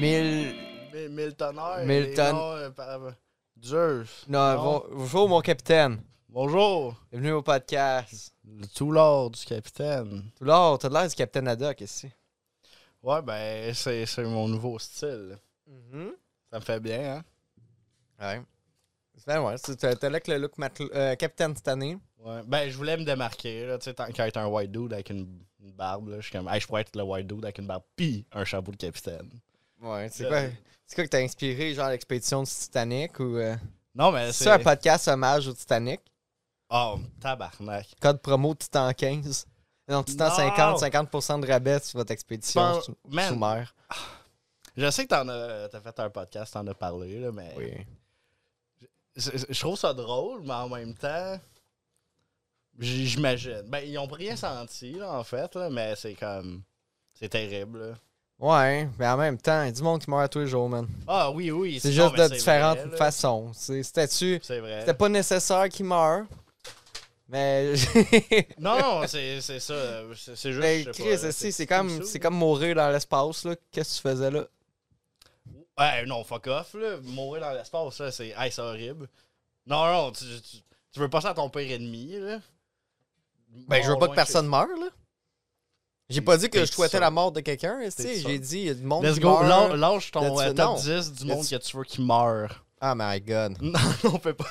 Mil... Mi- Milton Air, Milton. les noms, euh, par- Zeus. Non, Non. bon- bonjour mon capitaine. Bonjour. Bienvenue au podcast. Le tout l'or du capitaine. Tout l'or, t'as l'air du capitaine Haddock ici. Ouais, ben, c'est c'est mon nouveau style. Ça me fait bien, hein? Ouais. Ben ouais, tu- t'as t'as l'air que le look matelot- euh, capitaine cette année. Ouais. Ben, je voulais me démarquer, là, tu sais, tant qu'à être un white dude avec une, une barbe, là, je suis comme, hey, je pourrais être le white dude avec une barbe, pis un chapeau de capitaine. Ouais, c'est Le- quoi, c'est quoi que t'as inspiré, genre l'expédition du Titanic ou. euh, Non, mais C'est c'est. un podcast hommage au Titanic. Oh, tabarnak. Code promo Titan 15. Non, Titan Non! 50, 50% de rabais sur votre expédition Pen- sous- Man. sous mer. Je sais que t'en as, t'as fait un podcast, t'en as parlé, là, mais. Oui. Je, je- je trouve ça drôle, mais en même temps. j- J'imagine. Ben, ils ont rien senti, là, en fait, là, mais c'est comme. C'est terrible, là. Ouais, mais en même temps, il y a du monde qui meurt à tous les jours, man. Ah, oui, oui. C'est non, juste mais de c'est différentes vrai, là. façons. C'est- C'était-tu. C'est vrai. C'était pas nécessaire qu'il meure. Mais. Non, non, c'est c'est ça. C'est c'est juste. mais je Ben, sais Chris, pas, là, si, c'est comme, ça, c'est ou- comme mourir dans l'espace, là. Qu'est-ce que tu faisais là? Ouais, non, fuck off, là. Mourir dans l'espace, là, c'est. Hey, c'est horrible. Non, non, tu, tu, tu veux pas ça à ton pire ennemi, là. Ben, je veux Bon, pas loin que personne meure, là. J'ai pas dit que T'es je souhaitais sûr. la mort de quelqu'un, tu sais. T'es sûr. J'ai dit, il y a du monde Let's qui go, meurt. Lan- lâche ton Là, tu euh, fais top non. 10 du Là, monde tu- que tu veux qui meurt. Oh my god. Non, on peut pas.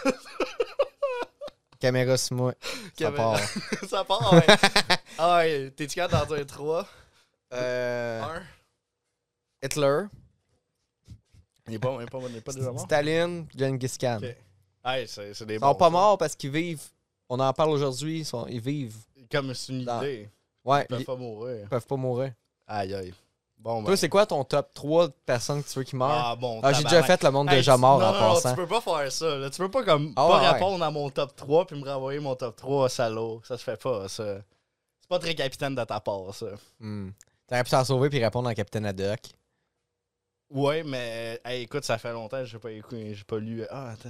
Caméra sur moi. Ça Caméra. part. ça part, ouais. Ah ouais, t'es-tu capable d'en dire 3 Euh, 1 Hitler, Il est pas, il est pas, il est pas déjà mort. Staline, Genghis Khan. Ok. Hey, c'est c'est des Ils sont bons, pas ça. morts parce qu'ils vivent. On en parle aujourd'hui, ils, sont- ils vivent. Comme c'est une Dans- idée. Ouais, Ils peuvent ils pas mourir. peuvent pas mourir. Aïe, aïe. Bon, ben. Toi, c'est quoi ton top 3 de personnes que tu veux qui meurent? Ah, bon, Ah, J'ai déjà tabarnak. fait le monde Hey, déjà tu- mort non, en non, non, passant. tu peux pas faire ça. Là. Tu peux pas comme Ah pas ouais, ouais. répondre à mon top 3 puis me renvoyer mon top 3, salaud. Ça se fait pas, ça. C'est pas très capitaine de ta part, ça. Hmm. T'aurais pu t'en sauver puis répondre en Capitaine Haddock. Ouais, mais hey, écoute, ça fait longtemps que j'ai pas écouté, j'ai pas lu. Ah, attends.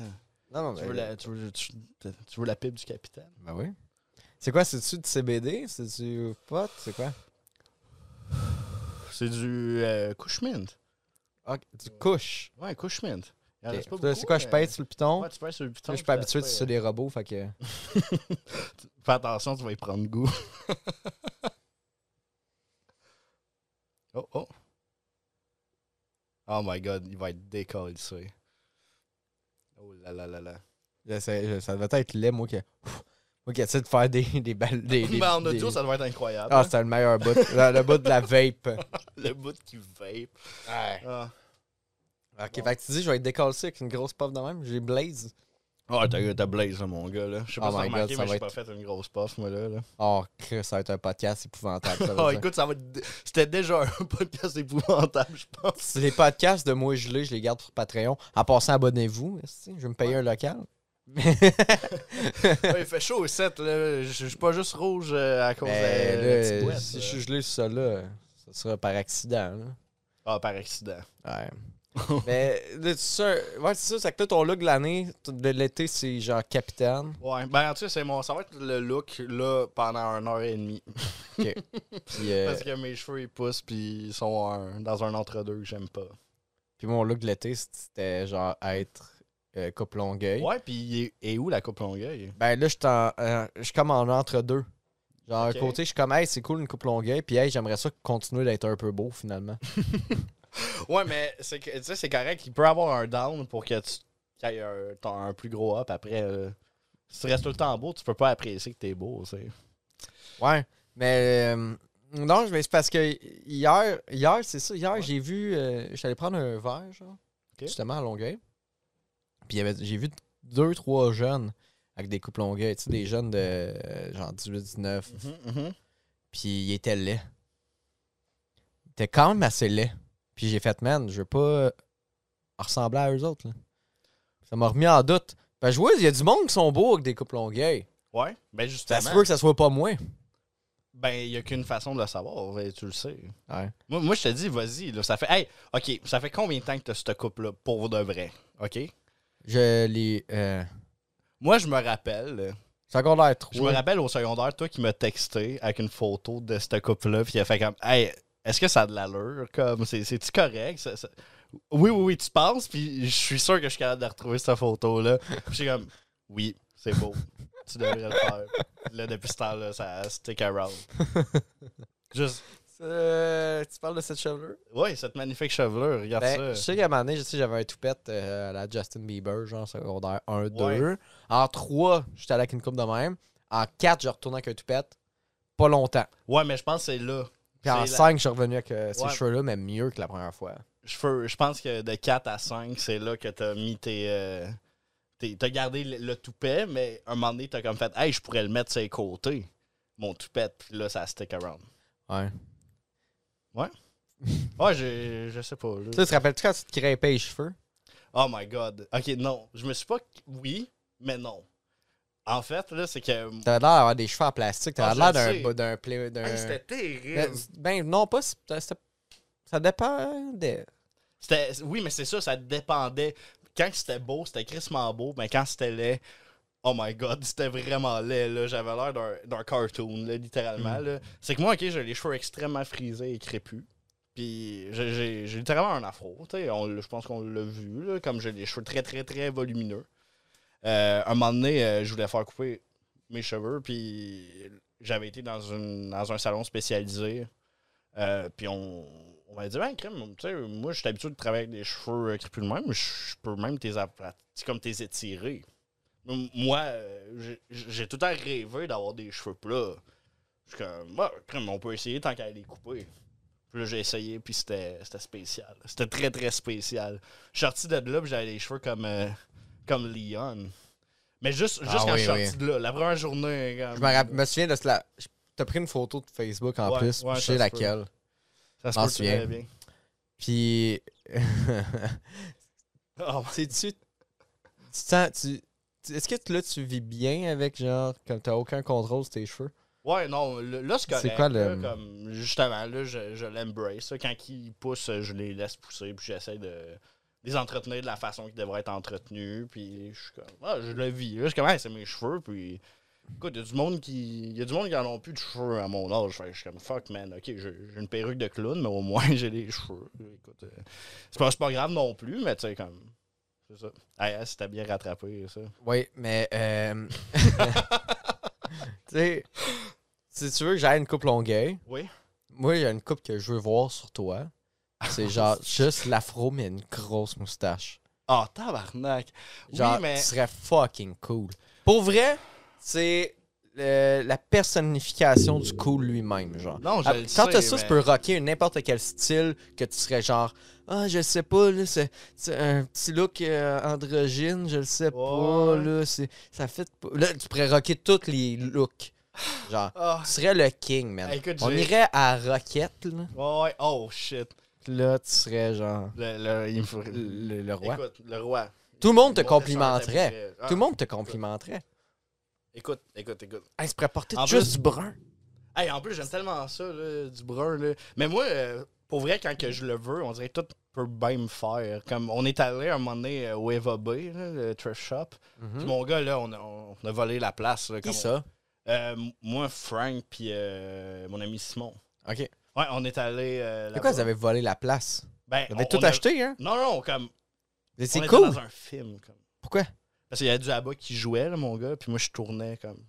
Non, non, Tu veux, la, tu, veux, tu- tu veux la pipe du capitaine? Ben oui. C'est quoi, c'est-tu du CBD? C'est-tu pot? C'est quoi? C'est du euh, Cushmint. Ah, du couche. Ouais, Cushmint. Il en Ok. reste pas Toi, beaucoup. Euh, C'est quoi, je mais- pète sur le piton? Ouais, tu pèses sur le piton. Là, Je suis puis pas ça habitué, se c'est fait- sur des robots, fait que... Fais attention, tu vas y prendre goût. oh, oh. Oh my god, il va être décollé, ça. Oh là là là là. Je sais, je- ça devait être laid, moi, qui moi qui essaie de faire des, des balles. Des, des- Ben, en des- audio, ça doit être incroyable. hein. Ah, c'était le meilleur bout. le, le bout de la vape. le bout qui vape. Ouais. Ah, Ok, fait que tu dis, je vais être décalcé avec une grosse puff de même. J'ai blaze. Ah, t'as t'as blaze, là, mon gars, là. Je sais pas Oh si t'as my God, remarqué, ça mais va j'ai pas fait une grosse puff, moi, là. là. Oh, Chris, ça va être un podcast épouvantable. Ça, Ah, va écoute, ça va être... C'était déjà un podcast épouvantable, je pense. Les podcasts de moi gelé, je les garde pour Patreon. En passant, abonnez-vous. esti, Je vais me payer un local. Ouais, il fait chaud au 7, là. Je je suis pas juste rouge euh, à cause Mais de la petite Ben, là, boîte, si là. euh, je suis gelé sur ça, là, ça sera par accident. là. Ah, par accident. Ouais. Mais là, c'est ça, ouais, c'est ça, c'est que là, ton look de l'année, de l'été, c'est genre capitaine. Ouais, ben en tout cas, c'est mon... ça va être le look là pendant un heure et demie. Puis, euh, Parce que mes cheveux ils poussent puis ils sont un- dans un entre-deux que j'aime pas. puis mon look de l'été, c'était genre être euh, coupe longueuil. Ouais, puis il est- et où la coupe longueuil? Ben là, je suis en- euh, je suis comme en entre-deux. Genre, Ok. d'un côté, je suis comme, hey, c'est cool une coupe longueuil, puis hey, j'aimerais ça continuer d'être un peu beau finalement. Ouais, mais c'est que- tu sais, c'est correct, il peut avoir un down pour que tu qu'il y ait un, t'as un plus gros up après. là. Si tu restes tout le temps beau, tu peux pas apprécier que t'es beau, tu sais. Ouais, mais euh, non, mais c'est parce que hier, hier c'est ça, hier, j'ai vu, euh, je suis allé prendre un verre, genre, Ok. justement à Longueuil. Puis il y avait- j'ai vu deux, trois jeunes avec des coupes longueuil, tu sais, des jeunes de euh, genre 18, 19, Mm-hmm, puis ils étaient laids. Ils étaient quand même assez laids. Puis j'ai fait, man, je veux pas euh, ressembler à eux autres, là. Ça m'a remis en doute. Ben, je vois, il y a du monde qui sont beaux avec des coupes longueuil. Ouais, ben Ça justement. se peut que ça soit pas moi. Ben, il y a qu'une façon de le savoir, et tu le sais. Ouais. Moi, moi, je te dis, vas-y, là, ça fait. Hey, OK, ça fait combien de temps que t'as cette coupe-là pour de vrai? OK? Je les. euh, Moi, je me rappelle. Secondaire 3. Je me rappelle au secondaire, toi qui m'as texté avec une photo de cette coupe-là, puis il a fait comme Hey, Est-ce que ça a de l'allure? Comme, c'est- c'est-tu correct? Ça- ça- Oui, oui, oui, tu penses, puis je suis sûr que je suis capable de retrouver cette photo-là. Puis je suis comme, oui, c'est beau. Tu devrais le faire. Là, depuis ce temps-là, ça stick around. Juste, Euh, tu parles de cette chevelure? ouais, cette magnifique chevelure, regarde Ben, je ça. sais qu'à un moment donné, je sais, j'avais un toupette euh, à la Justin Bieber, genre secondaire 1, 2. Ouais. En 3, j'étais allé avec une coupe de même. En 4, je retournais avec un toupette. Pas longtemps. Ouais, mais je pense que c'est là. Puis en C'est la- 5, je suis revenu avec euh, ces Ouais. cheveux-là, mais mieux que la première fois. Je, fais- je pense que de 4 à 5, c'est là que t'as mis tes. euh, tes- t'as gardé le, le toupet, mais un moment donné, t'as comme fait, hey, je pourrais le mettre sur les côtés, mon toupet, puis là, ça stick around. Mm. Ouais. Ouais, je, je sais pas. là. Tu sais, tu te rappelles-tu quand tu te crêpais les cheveux? Oh my god. Ok, non. Je me suis pas. Oui, mais non. En fait, là, c'est que. T'avais l'air d'avoir des cheveux en plastique. Ah, T'avais je l'air le d'un. sais. ba- d'un, pla- d'un- terrible. Ben, ben, non, pas. c'était- c'était- Ça dépendait. Oui, mais c'est ça, ça dépendait. Quand c'était beau, c'était crissement beau, mais quand c'était laid, oh my god, c'était vraiment laid, là. J'avais l'air d'un- d'un cartoon, là, littéralement, là. C'est que moi, ok, j'ai les cheveux extrêmement frisés et crépus. Puis j'ai- j'ai j'ai littéralement un afro, tu sais. on l'a- Je pense qu'on l'a vu, là, comme j'ai les cheveux très, très, très volumineux. Euh, un moment donné, euh, je voulais faire couper mes cheveux, puis j'avais été dans, une, dans un salon spécialisé. Euh, puis on, on m'a dit, ben, crème, tu sais, moi, je suis habitué de travailler avec des cheveux euh, crépus de même, je je peux même tes comme tes étirer. M- Moi, euh, j'ai- j'ai tout le temps rêvé d'avoir des cheveux plats. Je suis comme, bah, crème, on peut essayer tant qu'à les couper. Puis là, j'ai essayé, puis c'était c'était spécial. C'était très, très spécial. Je suis sorti de là, puis j'avais les cheveux comme, euh, comme Leon. Mais juste, juste Ah quand oui, je suis oui. sorti de là, la première journée. comme- Je me, rapp- me souviens de cela. Je- T'as pris une photo de Facebook en Ouais, plus. ouais, je ça sais se laquelle. Ça se M'en peut très souviens. bien. Puis. Oh, Sais-tu. Tu sens. Tu, tu- est-ce que tu- là, tu vis bien avec, genre, comme t'as aucun contrôle sur tes cheveux? Ouais, non, le- là, c'est correct. C'est quoi là, le- comme, justement, là, je, je l'embrace. là. Quand ils poussent, je les laisse pousser, puis j'essaie de les entretenir de la façon qu'ils devraient être entretenus. Puis je suis comme, ah, je le vis. là. Je suis comme, Hey, c'est mes cheveux, puis... Écoute, il y a du monde qui y a du monde qui en ont plus de cheveux à mon âge. Fait que je suis comme fuck man, ok, j'ai j'ai une perruque de clown, mais au moins j'ai les cheveux. Écoute, euh, c'est pas, c'est pas grave non plus, mais tu sais comme c'est ça. Hey, hey, c'était bien rattrapé ça. Oui, mais. euh, tu sais. Si tu veux que j'aille une coupe longueuil, Oui. moi, il y a une coupe que je veux voir sur toi. C'est genre juste l'afro, mais une grosse moustache. Ah tabarnak. Genre, oui, mais tu serais fucking cool. Pour vrai, c'est euh, la personnification du cool lui-même, genre. Non, je Ah, le Quand sais, t'as ça, mais- tu peux rocker n'importe quel style que tu serais genre Ah, je sais pas, là, c'est c'est un petit look euh, androgyne, je le sais pas, Ouais. là, c'est- ça fait pas. Là, tu pourrais rocker tous les looks. Genre, Ah, tu serais le king, man. Hey, écoute, On j'ai- irait à Rocket, là. ouais, ouais. oh shit. Là, tu serais genre Le, le, il me faut- le, le roi. Écoute, le roi. Tout le monde te Mon testeur complimenterait. t'habillerait. Ah, Tout le monde te complimenterait. Écoute, écoute, écoute. Hey, se pourrait porter En juste plus- du brun. Hey, en plus, j'aime tellement ça, là, du brun. Là. Mais moi, euh, pour vrai, quand que je le veux, on dirait que tout peut bien me faire. Comme on est allé un moment donné euh, au Eva Bay, là, le thrift shop. Puis mon gars, là, on a, on a volé la place. Là, Mhm. Hmm. Qui comme ça? on- Euh, moi, Frank, puis euh, mon ami Simon. Ok. C'est Ouais, on est allé. euh, quoi, là-bas. vous avez volé la place? Ben, Vous avez on- tout on a- acheté, hein? Non, non, comme. Mais on C'est était cool. dans un film. Comme. Pourquoi? Parce qu'il y avait du abat qui jouait, là, mon gars, puis moi, je tournais comme.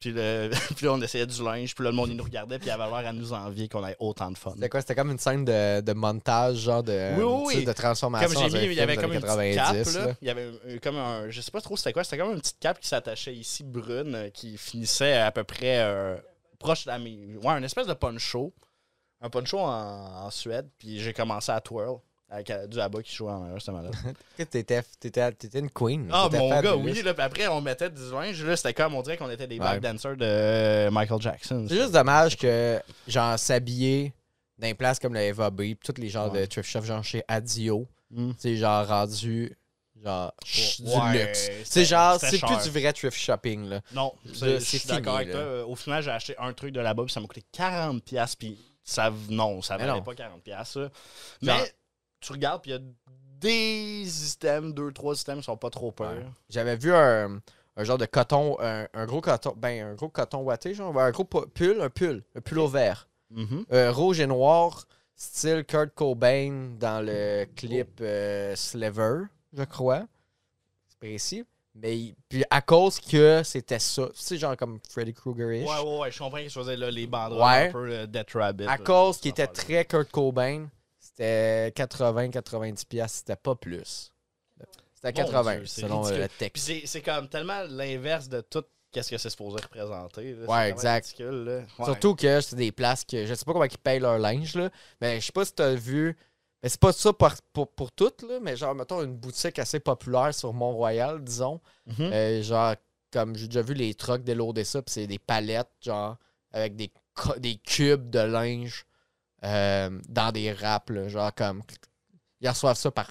Puis, le... puis là, on essayait du linge, puis là, le monde, il nous regardait, puis il avait l'air à nous envier qu'on ait autant de fun. C'était quoi? C'était comme une scène de, de montage, genre de, Oui, oui, tu sais, oui. de transformation. Comme dans un j'ai mis, il y film avait des comme une années petite cape, 90, là. Il y avait euh, comme un. Je sais pas trop c'était quoi, c'était comme une petite cape qui s'attachait ici, brune, euh, qui finissait à peu près euh, proche de la. mi- Ouais, une espèce de poncho. Un poncho en, en Suède, puis j'ai commencé à twirl. Avec euh, du abat qui jouait en arrière, c'était malade. Que T'étais, t'étais, t'étais une queen. Ah, T'étais mon gars, fabulous. oui. Là, puis après, on mettait du linge. Là, c'était comme, on dirait qu'on était des Ouais. back dancers de euh, Michael Jackson. C'est juste dommage que, genre, s'habiller dans des places comme le Eva B, pis tous les genres de Ouais. thrift shop, genre chez Adio, Mm. c'est genre rendu, genre, ch- Hmm. Ouais, du luxe. c'était- C'est genre, c'était c'est cher. plus du vrai thrift shopping, là. Non, Là, c'est- je c'est suis d'accord fini, avec toi. là. Euh, Au final, j'ai acheté un truc de là-bas, puis ça m'a coûté 40$. Puis ça, non, ça Mais valait non. pas 40$. là. Mais Genre- tu regardes, puis il y a des systèmes, deux, trois systèmes qui sont pas trop peurs. Ouais. J'avais vu un, un genre de ben, coton, un, un gros coton, ben un gros coton ouaté, genre, un gros po- pull, un pull, un pull au vert. Mhm. Euh, rouge et noir, style Kurt Cobain dans le Oh. clip euh, Sliver, je crois. C'est précis. Mais il- puis à cause que c'était ça, tu sais, genre comme Freddy Krueger-ish. Ouais, ouais, ouais, je comprends qu'ils choisissaient là, les banderoles Ouais. un peu euh, Death Rabbit. à là, cause cette qu'il était très affaire-là. Kurt Cobain, c'était 80-90$, piastres, c'était pas plus. C'était Mon 80 Dieu, c'est selon euh, ridicule. le Puis texte. c'est- c'est comme tellement l'inverse de tout qu'est-ce que c'est supposé représenter. là. C'est Ouais, vraiment exact. ridicule, là. Ouais. Surtout que c'est des places que je sais pas comment ils payent leur linge, là. Mais je sais pas si t'as vu. Mais c'est pas ça pour, pour, pour toutes, là. Mais genre, mettons une boutique assez populaire sur Mont-Royal, disons. Mhm. Euh, genre, comme j'ai déjà vu les trucks déloader ça, puis c'est des palettes, genre, avec des, co- des cubes de linge euh, dans des râpes, là, genre comme. Ils reçoivent ça par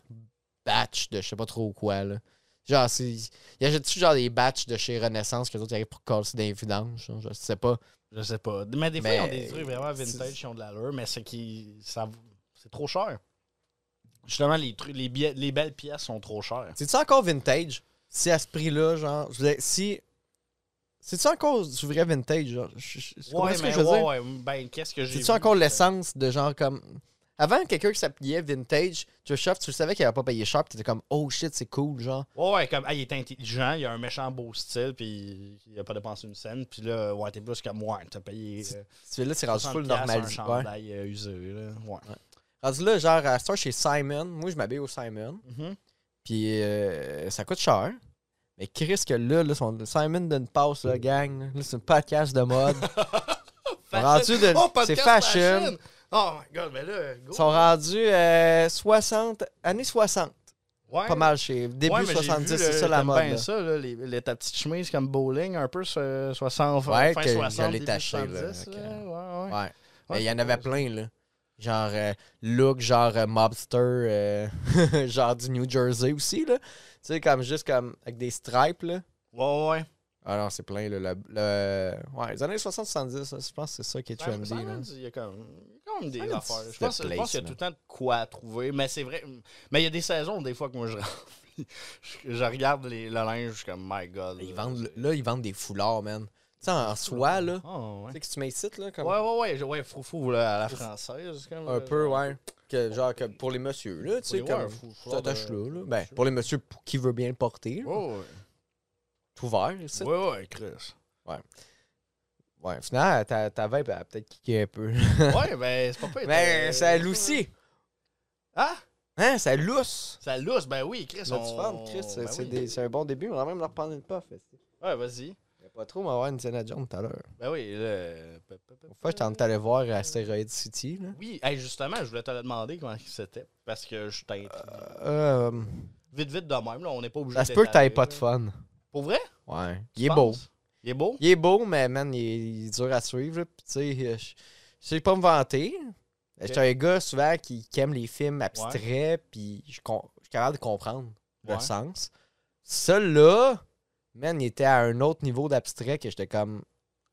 batch de je sais pas trop quoi, là. Genre, c'est. Ils achètent-tu genre des batchs de chez Renaissance que les autres ils arrivent pour coller des vidanges, genre, je sais pas. Je sais pas. Mais des fois, ils ont Mais- des trucs vraiment vintage c'est- qui ont de l'allure, mais c'est qui ça c'est trop cher. Justement, les trucs, les, billets- les belles pièces sont trop chères. C'est-tu encore vintage? Si à ce prix-là, genre. Je veux dire, si. C'est-tu encore du vrai vintage? Genre, je, je- je- comprends ce que je veux dire? ouais, ben qu'est-ce que j'ai C'est-tu vu, encore euh, l'essence de genre comme. Avant, quelqu'un qui s'appelait vintage, tu chef, tu le savais qu'il avait pas payé cher, pis t'étais comme, oh shit, c'est cool, genre. Ouais, ouais, comme, ah, il est intelligent, il a un méchant beau style, puis il a pas dépensé une scène, puis là, ouais, t'es plus comme, ouais, t'as payé. euh, Celui-là, c'est rendu 60 full piastres, normal. un ouais. chandail euh, usé, là. Ouais. Rendu là, genre, à Star chez Simon, moi, je m'habille au Simon, Mhm. puis euh, ça coûte cher. Mais Chris, que là, là son- Simon d'une passe, là, gang. là. Là, c'est une podcast de mode. Rendu de- Oh, podcast c'est fashion. Oh my god, mais là, go. Ils sont rendus euh, 60, années 60. Ouais. Pas mal chez début Ouais, mais j'ai vu, 70, là, c'est ça la t'aimes mode. bien là. ben ça, là, les, les- ta petite chemise comme bowling, un peu so- 60, Ouais, fin que 60, j'allais début tacher, là, 70, avec, là, euh, ouais, ouais. Ouais. Ouais, Mais il y en c'est avait vrai, plein, là. Genre euh, look, genre euh, mobster, euh, genre du New Jersey aussi, là. Tu sais, comme juste comme avec des stripes, là. ça. Ouais, ouais. Ah non, c'est plein, là. le- le- Ouais, les années 60-70, là, je pense que c'est ça qui est Ouais, mais trendy, ça, là. là, Il y a quand même, quand même des Ça, là, affaires. c'est Je pense, place, je pense qu'il y a là. tout le temps de quoi à trouver. Mais c'est vrai. Mais il y a des saisons, des fois, que moi, je, je, je regarde les, le linge, je suis comme, my god. Ils vendent, là, ils vendent des foulards, man. Tu sais, en soie, là. Oh, Tu ouais. sais, que tu mets ici, là, ouais, comme ouais, ouais, ouais, foufou, là, à la française. Comme, un euh, peu, ouais. Que, genre, que pour les messieurs, là, tu sais, Ouais, un comme... fou- Tu euh, t'attaches de- là, là. Ben, pour les messieurs pour qui veut bien le porter, là. Ouais, tout vert, ici. Oh. ouais, ouais, ouais, Chris. Ouais, finalement, ta, ta vape, elle a peut-être kické un peu. Ouais, ben, c'est pas pire. Mais t'as- ça loucie. Ah! Hein, ça lousse. Ça lousse, ben oui, Chris. Ça On... du fun, Chris. C'est ben c'est oui. des- c'est un bon début, mais on va même leur prendre une puff. Il Ouais, vas-y. pas trop m'avoir une Zena Jones tout à l'heure. Ben oui, là. pa- pa- pa- Une fois, j'étais en train d'aller voir à Asteroid City. Là. Oui, hey, justement, je voulais te le demander comment c'était. Parce que je t'ai. Euh, euh, Vite, vite de même, là. On n'est pas obligé ça se peut que t'aies d'étaler, pas de là. fun. Pour vrai? Ouais. Il tu est beau. penses? Il est beau? Il est beau, mais man, il est, il est dur à suivre. là. Puis, tu sais, euh, je- je sais pas me vanter. Euh, Je suis un gars souvent qui, qui aime les films abstraits, puis je, com- je suis capable de comprendre Ouais. le sens. Celui-là, man, il était à un autre niveau d'abstrait que j'étais comme.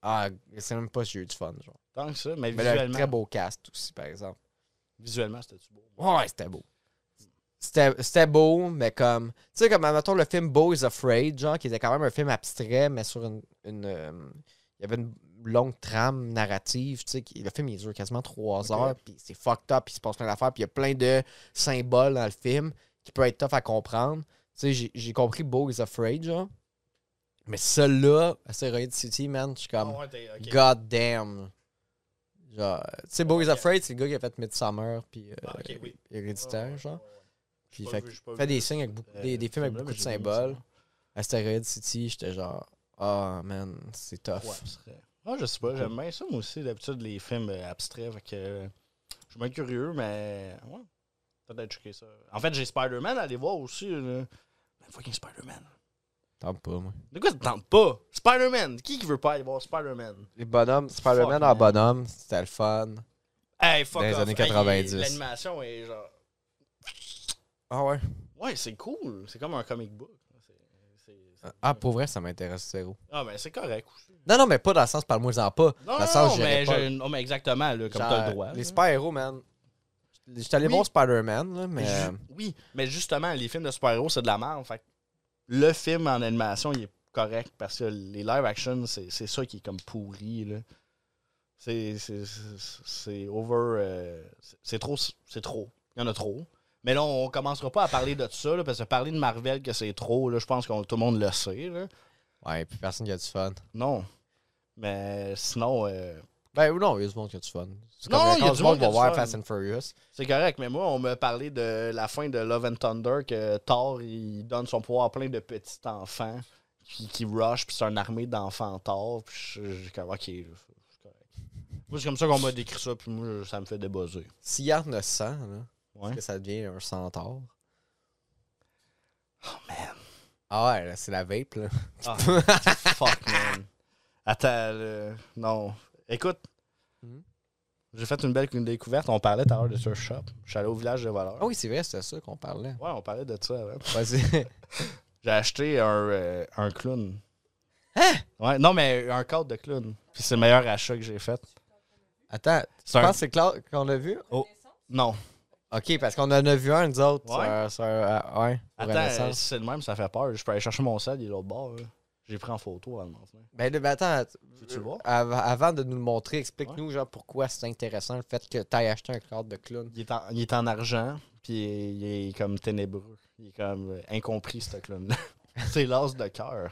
Ah, c'est même pas si j'ai eu du fun. Genre. Tant que ça, mais, Mais là, un visuellement. très beau cast aussi, par exemple. Visuellement, c'était-tu beau? Ouais, c'était beau. C'était c'était beau, mais comme. Tu sais, comme, mettons, le film Bo is Afraid, genre, qui était quand même un film abstrait, mais sur une. une, euh, il y avait une longue trame narrative, tu sais. qui- Le film, il dure quasiment trois Ok. heures, puis c'est fucked up, puis il se passe plein d'affaires, puis il y a plein de symboles dans le film qui peut être tough à comprendre. Tu sais, j'ai- j'ai compris Bo is Afraid, genre. Mais celui-là, Asteroid City, man, je suis comme. Ah ouais, t'es- ok. God damn. Genre, tu sais, Bo is Ok. Afraid, c'est le gars qui a fait Midsummer puis euh, Ah, ok, oui. Ah, Héréditaire, genre. Puis J'ai pas fait, vu- j'ai pas fait vu des ce- signes avec beaucoup, euh, des, des films avec film-là, beaucoup de mais j'ai vu symboles. Asteroid City, j'étais genre, ah man, c'est ça. tough. Ouais, abstrait. Ah, je sais pas, j'aime bien ça, moi aussi, d'habitude, les films euh, abstraits. Fait que. euh, Je suis bien curieux, mais. Ouais. Peut-être checker ça. En fait, j'ai Spider-Man à aller voir aussi, là. Mais fucking Spider-Man. Tente pas, moi. De quoi tu tentes pas? Spider-Man! Qui qui veut pas aller voir Spider-Man? Les bonhommes, Spider-Man en man. bonhomme, c'était le fun. Hey, fuck Dans les off. années Hey, 90. L'animation est genre. Ah ouais? Ouais, c'est cool. C'est comme un comic book. C'est- c'est- c'est- Ah, pour vrai, ça m'intéresse zéro. Ah, mais c'est correct aussi. Non, non, mais pas dans le sens, parle-moi-en pas. Non, dans le non, sens, non, j'aurais mais, pas- je- non, mais exactement, là, comme Genre, t'as le droit. là. Les super-héros, man. J'étais allé Oui. voir Spider-Man, là, mais. Mais ju- Oui, Euh, mais justement, les films de super-héros, c'est de la merde. Fait que le film en animation, il est correct parce que les live-action, c'est c'est ça qui est comme pourri. là. C'est c'est- c'est- c'est over. euh, c'est- c'est trop. C'est trop. Il y en a trop. Mais là, on commencera pas à parler de ça, là, parce que parler de Marvel que c'est trop, là, je pense que tout le monde le sait. là. Ouais, puis personne qui a du fun. Non. Mais sinon, euh, Ben ou non, il y a du monde qui a du fun. C'est Non, comme il y a quand du du monde monde qui a va du voir fun. Fast and Furious. c'est correct. Mais moi, on m'a parlé de la fin de Love and Thunder, que Thor, il donne son pouvoir à plein de petits enfants qui, qui rush, puis c'est une armée d'enfants Thor. Puis je- je- comme, ok, c'est correct. Moi, c'est comme ça qu'on m'a décrit ça, puis moi, ça me fait débuzzer. S'il y en a 100, là, Ouais. est-ce que ça devient un centaure? Oh, man. Ah ouais, là, c'est la vape, là. Ah, fuck, man. Attends, là, non. Écoute, Mhm. j'ai fait une belle découverte. On parlait tout à l'heure de Surf Shop. Je suis allé au village de valeurs. Ah oui, c'est vrai, c'était ça qu'on parlait. Ouais, on parlait de ça avant. Vas-y. J'ai acheté un, euh, un clown. Hein? Ouais, non, mais un cadre de clown. Puis c'est le meilleur achat que j'ai fait. Attends, tu C'est un- penses que c'est Claude qu'on l'a vu? Non. Ok, parce qu'on en a vu un, nous autres. Ouais. sur- sur, euh, ouais, pour Attends, euh, Renaissance. si c'est le même, ça fait peur. Je peux aller chercher mon sel, il est de l'autre bord. là. J'ai pris en photo avant. de venir. Ben, là, ben, attends, euh, Veux-tu le voir? av- avant de nous le montrer, explique-nous genre pourquoi c'est intéressant le fait que tu aies acheté un cadre de clown. Il est, en, il est en argent, puis il est comme ténébreux. Il est comme euh, incompris, ce clown-là. c'est l'as de cœur.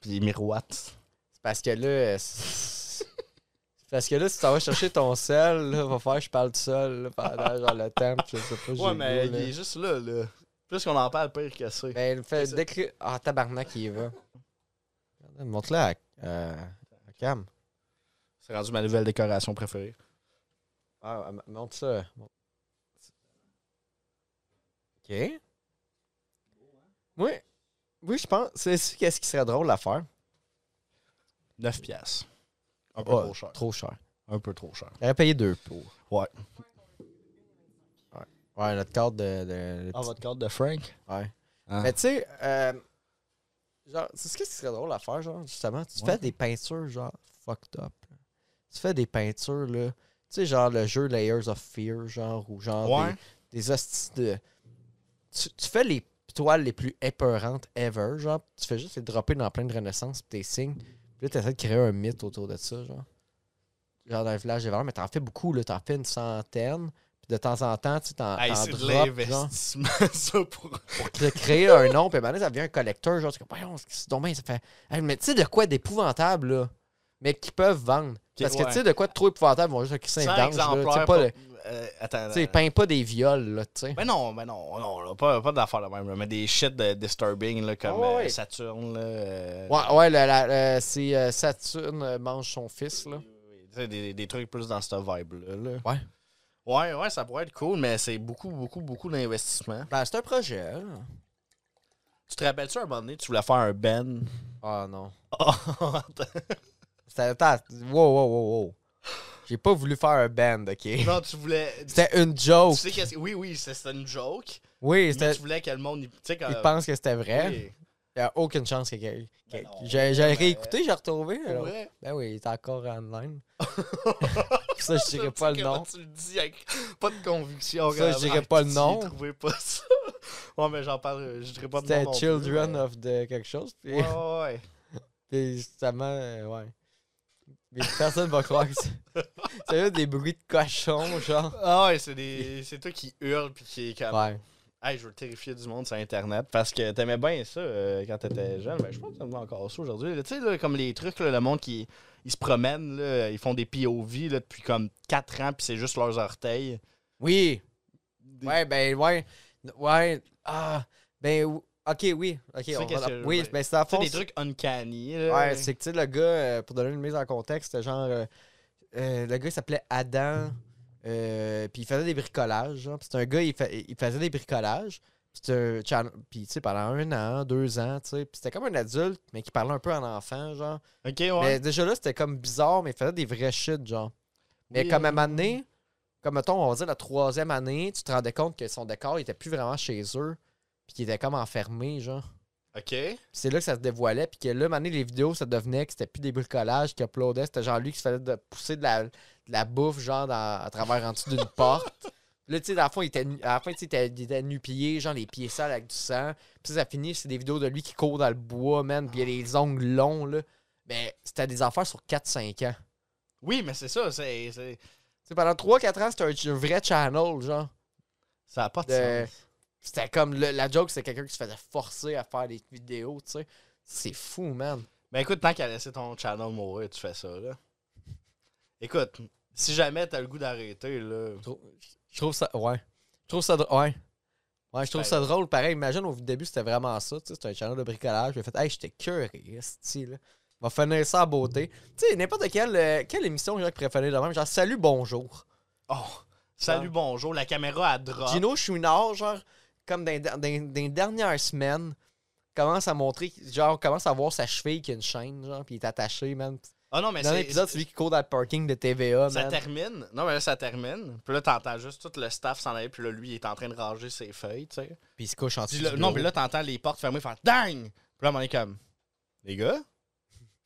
Puis il miroite. C'est parce que là, euh, c'est- c'est parce que là, si tu vas chercher ton sel, là, va falloir que je parle tout seul là, pendant genre, le temps. puis Je sais pas, j'ai Ouais, mais le goût, il là. est juste là, là. Plus qu'on en parle, pire que c'est. Ben, fait C'est ça. décrire. Ah, tabarnak, il y va. Regardez, Montre-le à, euh, à Cam. C'est rendu ma nouvelle décoration préférée. Ah, m- montre ça. Mon- Ok. Oui. Oui, je pense. C'est sûr qu'est-ce qui serait drôle à faire. 9 piastres. Un peu Ah, trop cher. Trop cher. Un peu trop cher. J'aurais payé deux pour. Ouais. Ouais, Ouais, notre carte de. de- le Ah, petit- votre carte de Frank? Ouais. Ah. Mais tu sais, euh, genre, c'est ce qui serait drôle à faire, genre, justement. Tu Ouais. fais des peintures, genre, fucked up. là. Tu fais des peintures, là. Tu sais, genre, le jeu Layers of Fear, genre, ou genre, Ouais. des, des hosties de. Tu, tu fais les toiles les plus épeurantes ever, genre, tu fais juste les dropper dans plein de renaissance, pis tes signes. Puis là, t'essaies de créer un mythe autour de ça, genre. Genre, dans le village des valeurs, mais t'en fais beaucoup, là. T'en fais une centaine. Puis de temps en temps, tu sais, t'en Hey, t'en Ah, c'est de drops, genre l'investissement, ça, pour... de créer un nom, puis maintenant, ça devient un collecteur. Genre, tu es comme, voyons, c'est donc bien, ça fait. Hey, mais tu sais, de quoi d'épouvantable, là, mais qui peuvent vendre. Qui- Parce que ouais. tu sais, de quoi de trop épouvantable, ils vont juste crisser un 100 dange. là. Tu sais, exemplaires. pas pas- le- tu Euh, attends, sais, ils peignent pas des viols, là, tu sais. Mais non, mais non, non, là, pas, pas d'affaires de même, là, mais des shit de disturbing, là, comme Ah ouais, euh, ouais. Saturne, là... euh, Ouais, ouais, la- la- la- c'est euh, Saturne euh, mange son fils, là. tu sais, Des, des trucs plus dans cette vibe-là. là. Ouais. Ouais, ouais, ça pourrait être cool, mais c'est beaucoup, beaucoup, beaucoup d'investissement. Ben, c'est un projet, Tu te rappelles-tu, un moment donné, tu voulais faire un Ben? Ah, non. Oh, attends. C'était- Attends, wow, wow, wow, wow. J'ai pas voulu faire un band, OK? non, tu voulais... C'était une joke. Tu sais qu'est-ce... Oui, oui, c'est- c'était une joke, Oui, mais c'était... tu voulais que le monde... y- Tu sais, quand... Ils pensent que c'était vrai. Oui. Il y a aucune chance que... que- que- Ben non, j'ai j'ai ben- réécouté, j'ai retrouvé. Pour alors. vrai. Ben oui, il est encore online. ça, je dirais Tu pas sais le comment nom. Tu le dis avec pas de conviction. Ça, je dirais pas le nom. Je trouvais pas ça. Ouais, mais j'en parle. euh, Je dirais pas de nom. C'était non plus, Children mais- of the quelque chose. Puis, Ouais, ouais, ouais. puis justement, euh, ouais. Mais personne va croire que c'est. C'est juste des bruits de cochon, genre. Ah ouais, c'est des. C'est toi qui hurle puis qui est comme. Ouais. Hey, je veux terrifier du monde sur Internet. Parce que t'aimais bien ça euh, quand t'étais jeune. Ben, je pense que t'aimes encore ça aujourd'hui. Tu sais, là, comme les trucs, là, le monde qui. Ils se promènent, là, ils font des POV là, depuis comme 4 ans, puis c'est juste leurs orteils. Oui. Des- Ouais, ben, ouais. Ouais. Ah. Ben, ou- ok, oui. Ok, sais on qu'est-ce va. que je veux Oui, dire. ben, c'est à Tu sais, fond. des trucs uncanny. Là. Ouais, c'est que, tu sais, le gars, euh, pour donner une mise en contexte, c'était genre. euh, euh, le gars, il s'appelait Adam. euh, puis il faisait des bricolages. genre. Puis c'est un gars, il, fa- il faisait des bricolages. Puis c'est un channel- Puis, tu sais, pendant un an, deux ans, tu sais. Puis c'était comme un adulte, mais qui parlait un peu en enfant, genre. Ok, ouais. Mais déjà là, c'était comme bizarre, mais il faisait des vrais shit, genre. Mais Oui, comme à un oui, moment oui. donné, comme mettons, on va dire la troisième année, tu te rendais compte que son décor, il était plus vraiment chez eux. Puis qu'il était comme enfermé, genre. Ok. Puis c'est là que ça se dévoilait. Puis que là, mané, les vidéos, ça devenait que c'était plus des bricolages qui uploadaient. C'était genre lui qui se faisait de pousser de la, de la bouffe, genre, dans- à travers en dessous d'une porte. Là, tu sais, à la fin, il était, nu- à la fin, tu sais, il était, il était nu-pied, genre les pieds sales avec du sang. Puis ça ça finit, c'est des vidéos de lui qui court dans le bois, man. Puis il a les ongles longs, là. Mais c'était des affaires sur 4-5 ans. Oui, mais c'est ça. c'est c'est- Tu sais, pendant 3-4 ans, c'était un ch- vrai channel, genre. Ça n'a pas de De- sens. C'était comme le- la joke, c'est quelqu'un qui se faisait forcer à faire des vidéos, tu sais. C'est fou, man. Ben écoute, tant qu'à laisser ton channel mourir, tu fais ça, là. Écoute, si jamais t'as le goût d'arrêter, là. Je trou- je trouve ça. Ouais. Je trouve ça drôle. Ouais. Ouais, je trouve Ben ça drôle. Pareil, imagine au début, c'était vraiment ça. Tu sais, c'était un channel de bricolage. J'ai fait, hey, j'étais curieux, style. là. On va finir ça en beauté. Tu sais, n'importe quelle, euh, quelle émission, Jacques préférée de même. Genre, salut, bonjour. Oh! Salut, Ah. bonjour, la caméra a drop. Gino Chouinard, genre, comme dans, dans, dans les dernières semaines, commence à montrer, genre, commence à voir sa cheville qui a une chaîne, genre, puis il est attaché, man. Ah non, mais Dans l'épisode, c'est lui qui court dans le parking de TVA, Ça man. termine. Non, mais là, ça termine. Puis là, t'entends juste tout le staff s'en aller. Puis là, lui, il est en train de ranger ses feuilles, tu sais. Puis il se couche en Puis dessous. là- du non, bureau. mais là, t'entends les portes fermées faire dingue. Puis là, on est comme, les gars.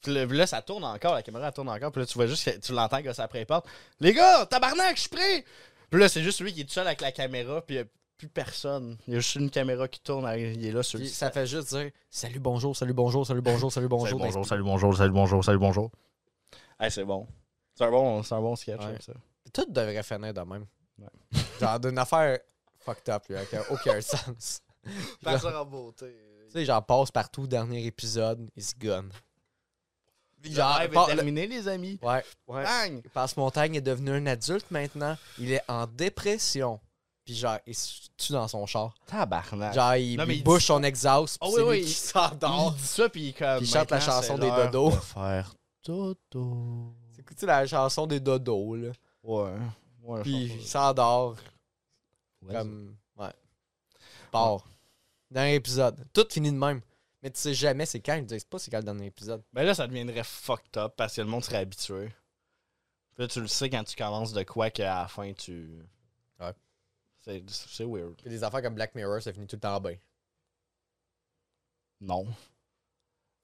Puis là, puis là, ça tourne encore, la caméra elle tourne encore. Puis là, tu vois juste, que- tu l'entends que ça après les portes. Les gars, tabarnak, je suis prêt. Puis là, c'est juste lui qui est tout seul avec la caméra. Puis il n'y a plus personne. Il y a juste une caméra qui tourne. Il est là sur le Puis ça fait juste dire salut, bonjour, salut, bonjour, salut, bonjour, salut, bonjour. dans les- salut, bonjour, salut, bonjour, salut, bonjour. Hey, c'est bon. C'est un bon, c'est un bon sketch, Ouais. j'aime ça. Tout devrait finir de même. Ouais. genre, d'une affaire fucked up, là, qui a aucun sens. Genre, Passeur en beauté. tu sais, genre, passe partout, dernier épisode, il se gonne. Le Genre, rêve est par- le- terminé, les amis. Ouais, ouais. Bang! Passe Montagne est devenu un adulte maintenant. Il est en dépression. Puis genre, il se tue dans son char. Tabarnak. Genre, il, Ah. Non, mais il il bouche dit- son exhaust. Puis Ah c'est oui, lui oui, qui il- s'endort. il dit ça, puis il est comme. Puis il chante la maintenant, chanson c'est des l'heure dodos. de faire dodo. C'est tu sais, la chanson des dodos, là. Ouais. Ouais, Puis je il pense s'endort. pas. Comme. Ouais. Part. Dernier épisode. Tout fini de même. Mais tu sais jamais c'est quand. Ils disent pas c'est quand le dernier épisode. Ben là, ça deviendrait fucked up parce que le monde serait habitué. Puis là, tu le sais quand tu commences de quoi qu'à la fin, tu. Ouais. C'est c'est weird. Puis des affaires comme Black Mirror, ça finit tout le temps bien. Non.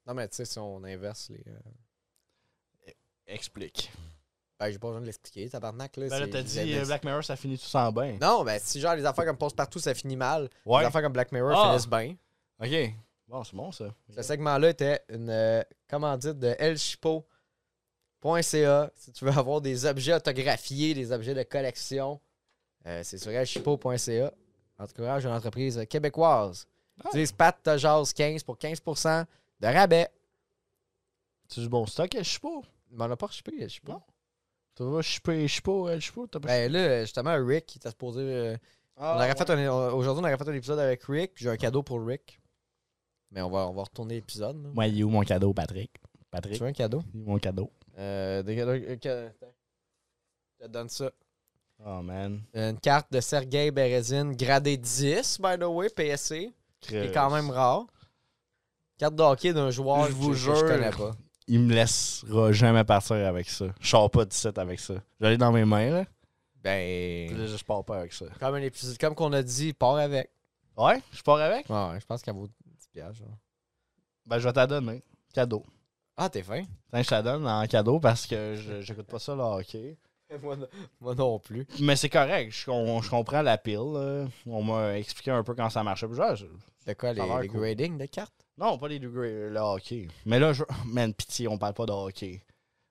Non, mais tu sais, si on inverse les. euh, Explique. Ben, j'ai pas besoin de l'expliquer, tabarnak, là. Ben là, c'est- t'as j'ai- dit euh, Black Mirror, ça finit tout sans bain. Non, ben, si genre les affaires comme Passe-Partout, ça finit mal. Ouais. Des affaires comme Black Mirror Ah! finissent bien. Ok. Bon, c'est bon, ça. Ce segment-là était une euh, commandite de elchipo.ca si tu veux avoir des objets autographiés, des objets de collection. euh, c'est sur elchipo.ca. Encourage une entreprise québécoise. Ah. Utilise Pat Tejas 15 pour 15% de rabais. C'est du bon stock, je sais pas. Mais on n'a pas rechippé, je sais pas. Non. Tu vas, je sais pas, je sais pas, je sais pas. t'as pas- Ben là, justement, Rick, il était supposé. euh, Ah, on aurait ouais. fait un- on- Aujourd'hui, on aurait fait un épisode avec Rick, puis j'ai un cadeau pour Rick. Mais on va, on va retourner l'épisode. là. Moi, il est où mon cadeau, Patrick? Patrick, Tu veux un cadeau? il est où mon cadeau? Euh, des- euh, que- je te donne ça. Oh, man. Une carte de Sergei Berezin, gradée 10, by the way, PSC, qui est quand même rare. Carte de hockey d'un joueur Je que- vous que je jure. connais pas. Il me laissera jamais partir avec ça. Je sors pas de set avec ça. J'allais dans mes mains, là. Puis Ben. là, je pars pas avec ça. Comme un épisode, comme qu'on a dit, part avec. Ouais, je pars avec? Ouais, ouais, je pense qu'elle vaut 10 piastres, genre. Ben, je vais te la donner. Cadeau. Ah, t'es fin? Tiens, je te la donne en cadeau parce que je- j'écoute pas ça, le hockey. moi, non- moi non plus. Mais c'est correct. Je, com- je comprends la pile. là. On m'a expliqué un peu quand ça marchait. Puis, genre, je- De quoi, les, a l'air les cool. gradings de cartes? Non, pas les degrés, le hockey. Mais là, je... man, pitié, on parle pas de hockey.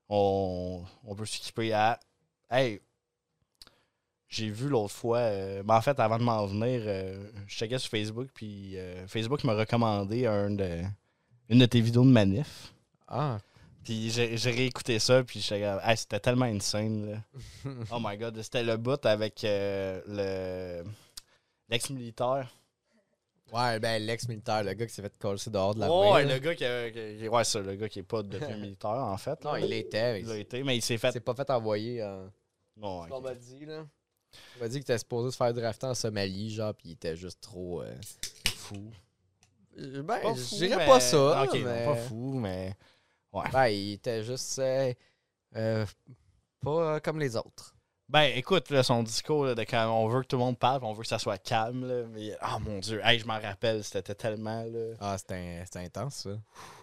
On, on peut skipper à. Hey, j'ai vu l'autre fois. euh, ben, en fait, avant de m'en venir, euh, je checkais sur Facebook, puis euh, Facebook m'a recommandé un de... une de tes vidéos de manif. Ah. Puis j'ai j'ai réécouté ça, puis j'étais comme, hey, c'était tellement insane. Là. Oh my god, c'était le bout avec euh, le l'ex-militaire. ouais, ben, l'ex-militaire, le gars qui s'est fait coller dehors de la Ouais, baie, là. le gars qui, a- qui- qui- ouais, ça, le gars qui est pas devenu militaire en fait. Non, là. il l'était. Il Il l'a été, mais il s'est fait. s'est pas fait envoyer en. Non, On ok. m'a dit, là. On m'a dit qu'il était supposé se faire drafter en Somalie, genre, pis il était juste trop. euh, fou. euh, Ben, Pas je fou, dirais mais- Ah, pas ça. Ok, non, mais- pas fou, mais. Ben, il était juste. euh, euh, pas comme les autres. Ben, écoute, là, son discours, là, de quand on veut que tout le monde parle, on veut que ça soit calme, là, mais. Ah, mon Dieu, hey, je m'en rappelle, c'était tellement, là. Ah, c'était c'était intense, ça.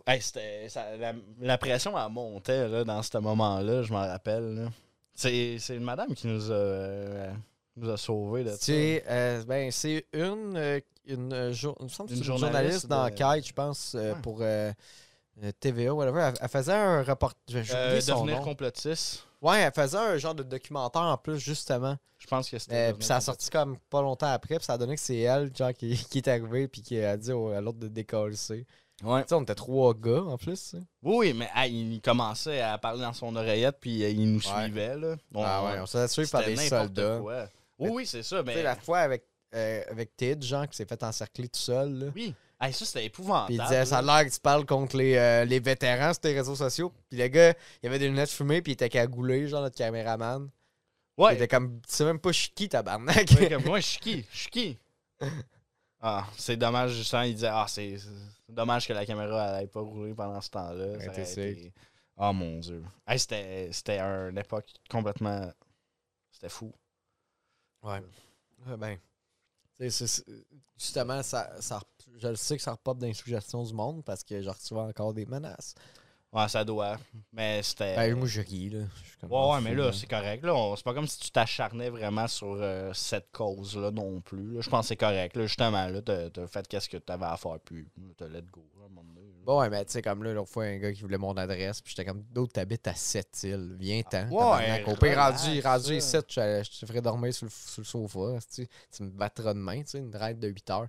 Hey, c'était. ça- La, la pression, elle montait, là, dans ce moment-là, je m'en rappelle, là. C'est c'est une madame qui nous a. euh, nous a sauvés, là. C'est euh, ben, c'est une, euh, une, euh, jour- il me semble que Une c'est une journaliste journaliste de- d'enquête, je pense, euh, Ouais. pour euh, euh, TVA, whatever. Elle, elle faisait un reportage. J'ai oublié son devenir nom. complotiste. Ouais, elle faisait un genre de documentaire en plus, justement. Je pense que c'était. Euh, devenu puis ça a comme- sorti comme pas longtemps après, puis ça a donné que c'est elle, genre, qui, qui est arrivée, puis qui a dit au- à l'autre de décoller. Tu sais, Ouais. on était trois gars, en plus. tu sais. Oui, oui, mais ah, il commençait à parler dans son oreillette, puis euh, il nous Ouais. suivait, là. On- Ah ouais, on se fait suivre par c'était des n'importe soldats. quoi. Oui, oui, c'est ça, Tu sais, mais. la fois avec, euh, avec Ted, genre, qui s'est fait encercler tout seul, là. Oui. Hey, ça, c'était Puis épouvantable. il disait, ça a là. l'air que tu parles contre les, euh, les vétérans sur tes réseaux sociaux. Puis le gars, il avait des lunettes fumées, puis il était cagoulé, genre notre caméraman. Il Ouais. était comme, tu sais même pas je suis qui, tabarnak. Ouais, comme, moi, je suis qui? Je suis qui? Ah, c'est dommage, justement, il disait, ah, c'est c'est dommage que la caméra n'allait pas rouler pendant ce temps-là. Ouais, Ça t'es aurait sec. été- Ah, mon Dieu. Hey, c'était c'était une époque complètement... C'était fou. ouais. Ouais, ben. tu sais, c'est- c'est- justement, ça, ça, je le sais que ça repop dans les suggestions du monde parce que je recevais encore des menaces. Ouais, ça doit. Mais c'était... Ben, moi, je ris, là. Je suis comme, Ouais, ouais, mais fou, là, c'est correct. Là. On- C'est pas comme si tu t'acharnais vraiment sur euh, cette cause-là non plus. là. Je pense que c'est correct. Là. Justement, là, t'as t'as fait qu'est-ce que t'avais à faire, puis t'as let go. Là, à un moment donné, là. Bon, ouais, mais tu sais, comme là, l'autre fois, un gars qui voulait mon adresse, puis j'étais comme, d'autres, t'habites à Sept-Îles, viens-t'en. Ouais, tabarnak. Au pire, relax, rendu, rendu ça. ici, je te- je te ferais dormir sur le, sur le sofa, tu sais. Tu me battras demain, tu sais, une raide de 8 heures.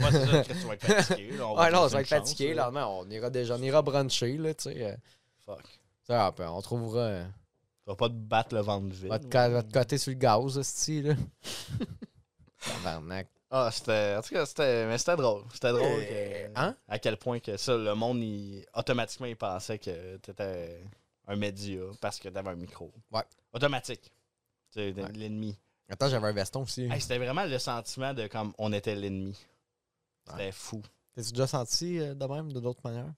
Ouais, c'est ça, Chris, tu vas être fatigué. Là, on Ouais, te non, laisser ça va une être chance, fatigué, là, non, on ira déjà, on ira bruncher, là, tu sais. euh, Fuck. ça, on peut- on trouvera euh, Tu vas pas te battre le ventre vide. votre, co- votre côté sur le gaz, hostie, là. Tabarnak. Ah, c'était. En tout cas, c'était. Mais c'était drôle. C'était drôle Euh, que- hein? à quel point que ça, le monde, il- automatiquement, il pensait que t'étais un média parce que t'avais un micro. Ouais. Automatique. C'est de- Ouais. l'ennemi. Attends, j'avais un veston aussi. Hey, c'était vraiment le sentiment de comme on était l'ennemi. C'était fou. T'as-tu déjà senti euh, de même, de d'autres manières?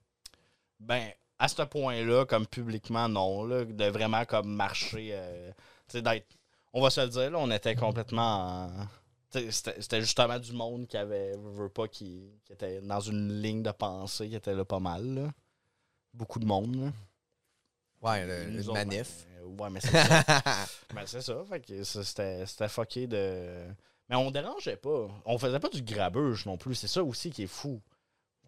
Ben, à ce point-là, comme publiquement, non. Là, de vraiment comme marcher. euh, tu sais, d'être. On va se le dire, là, on était complètement. en- tu sais, C'était c'était justement du monde qui avait. Veut pas, qui, qui était dans une ligne de pensée qui était là pas mal. là. Beaucoup de monde. là. Ouais, Puis le, nous le autres, manif. ben, euh, ouais, mais c'est ça. Ben, c'est ça. Fait que ça, c'était c'était fucké de. Mais on dérangeait pas. On faisait pas du grabuge non plus. C'est ça aussi qui est fou.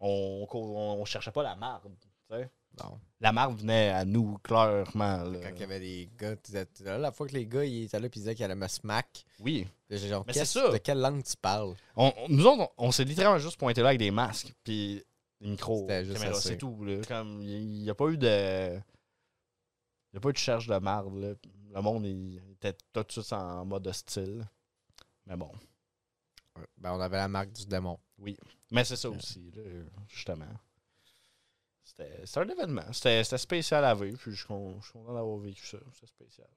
On, on, on cherchait pas la marde. non. La marde venait à nous, clairement. là. Quand il y avait des gars, tu disais- tu disais, là, la fois que les gars, ils étaient là, puis ils disaient qu'ils allaient me smack. Oui. Là, J'ai genre, Mais c'est qu'est-ce- ça. de quelle langue tu parles? On, on- nous autres, on, on s'est littéralement juste pointé là avec des masques, puis des micros, C'était juste caméras, assez. c'est tout. là. Comme, il n'y a pas eu de. Il n'y a pas eu de charge de marde. là. Le monde il était tout de suite en mode style. Mais bon. Ouais, Ben, on avait la marque du démon. Mais c'est ça aussi, là, justement. C'était c'était un événement. C'était c'était spécial à vivre, puis je suis con- je suis content d'avoir vécu ça. C'était spécial.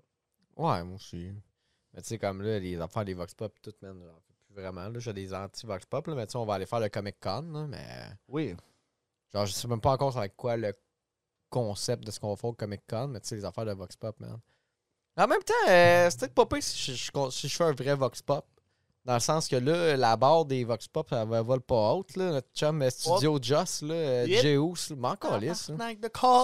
Ouais, moi aussi. Mais tu sais, comme là, les enfants des Vox Pop, tout, man, j'en fais plus vraiment. Là, j'ai des anti-Vox Pop, là, mais tu sais, on va aller faire le Comic Con, là, mais Oui. genre, je sais même pas encore avec quoi le concept de ce qu'on va faire au Comic Con, mais tu sais, les affaires de Vox Pop, man. En même temps, euh, c'est peut-être pas pire si je, je con- si je fais un vrai Vox Pop. Dans le sens que là, la barre des Vox Pop, elle va- vole pas haute, là. Notre chum euh, Studio Joss, là, euh, Yep. Jeus, là, m'en calisse, là. Tabarnak Ah, de Studio Joss,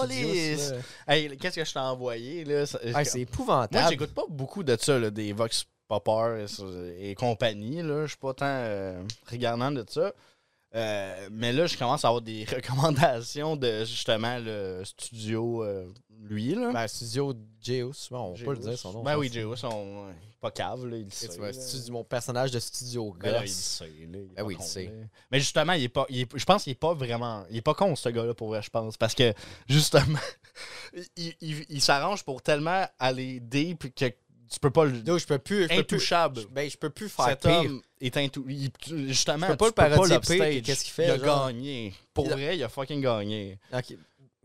calice! hein. là. Hey, qu'est-ce que je t'ai envoyé, là? Ça- Hey, c'est épouvantable. Moi, j'écoute pas beaucoup de ça, là, des Vox Popper et, et compagnie. là. Je suis pas tant euh, regardant de ça. Euh, mais là, je commence à avoir des recommandations de justement le studio, euh, lui. Là. Ben, studio Jeus, bon, on peut le Jeus. dire son nom. Ben ça, oui, c'est- J.O. sont euh, pas caves, là, il le sait. C'est là. un studio- mon personnage de studio Ben là, il le gosse. sait, là, il est Ben pas oui, il con, sait. là. Mais justement, il est pas, il est- je pense qu'il est pas vraiment. Il est pas con, ce gars-là, pour vrai, je pense. Parce que, justement, il, il- il s'arrange pour tellement aller deep que tu peux pas le. Donc, je peux plus. Je peux plus Intouchable. je- ben, je peux plus faire Cet pire. homme est intouchable. Justement, Tu peux pas tu le parodier l'upstage. pire que qu'est-ce qu'il fait, Il a genre. gagné. Pour Il a- vrai, il a fucking gagné. Ok.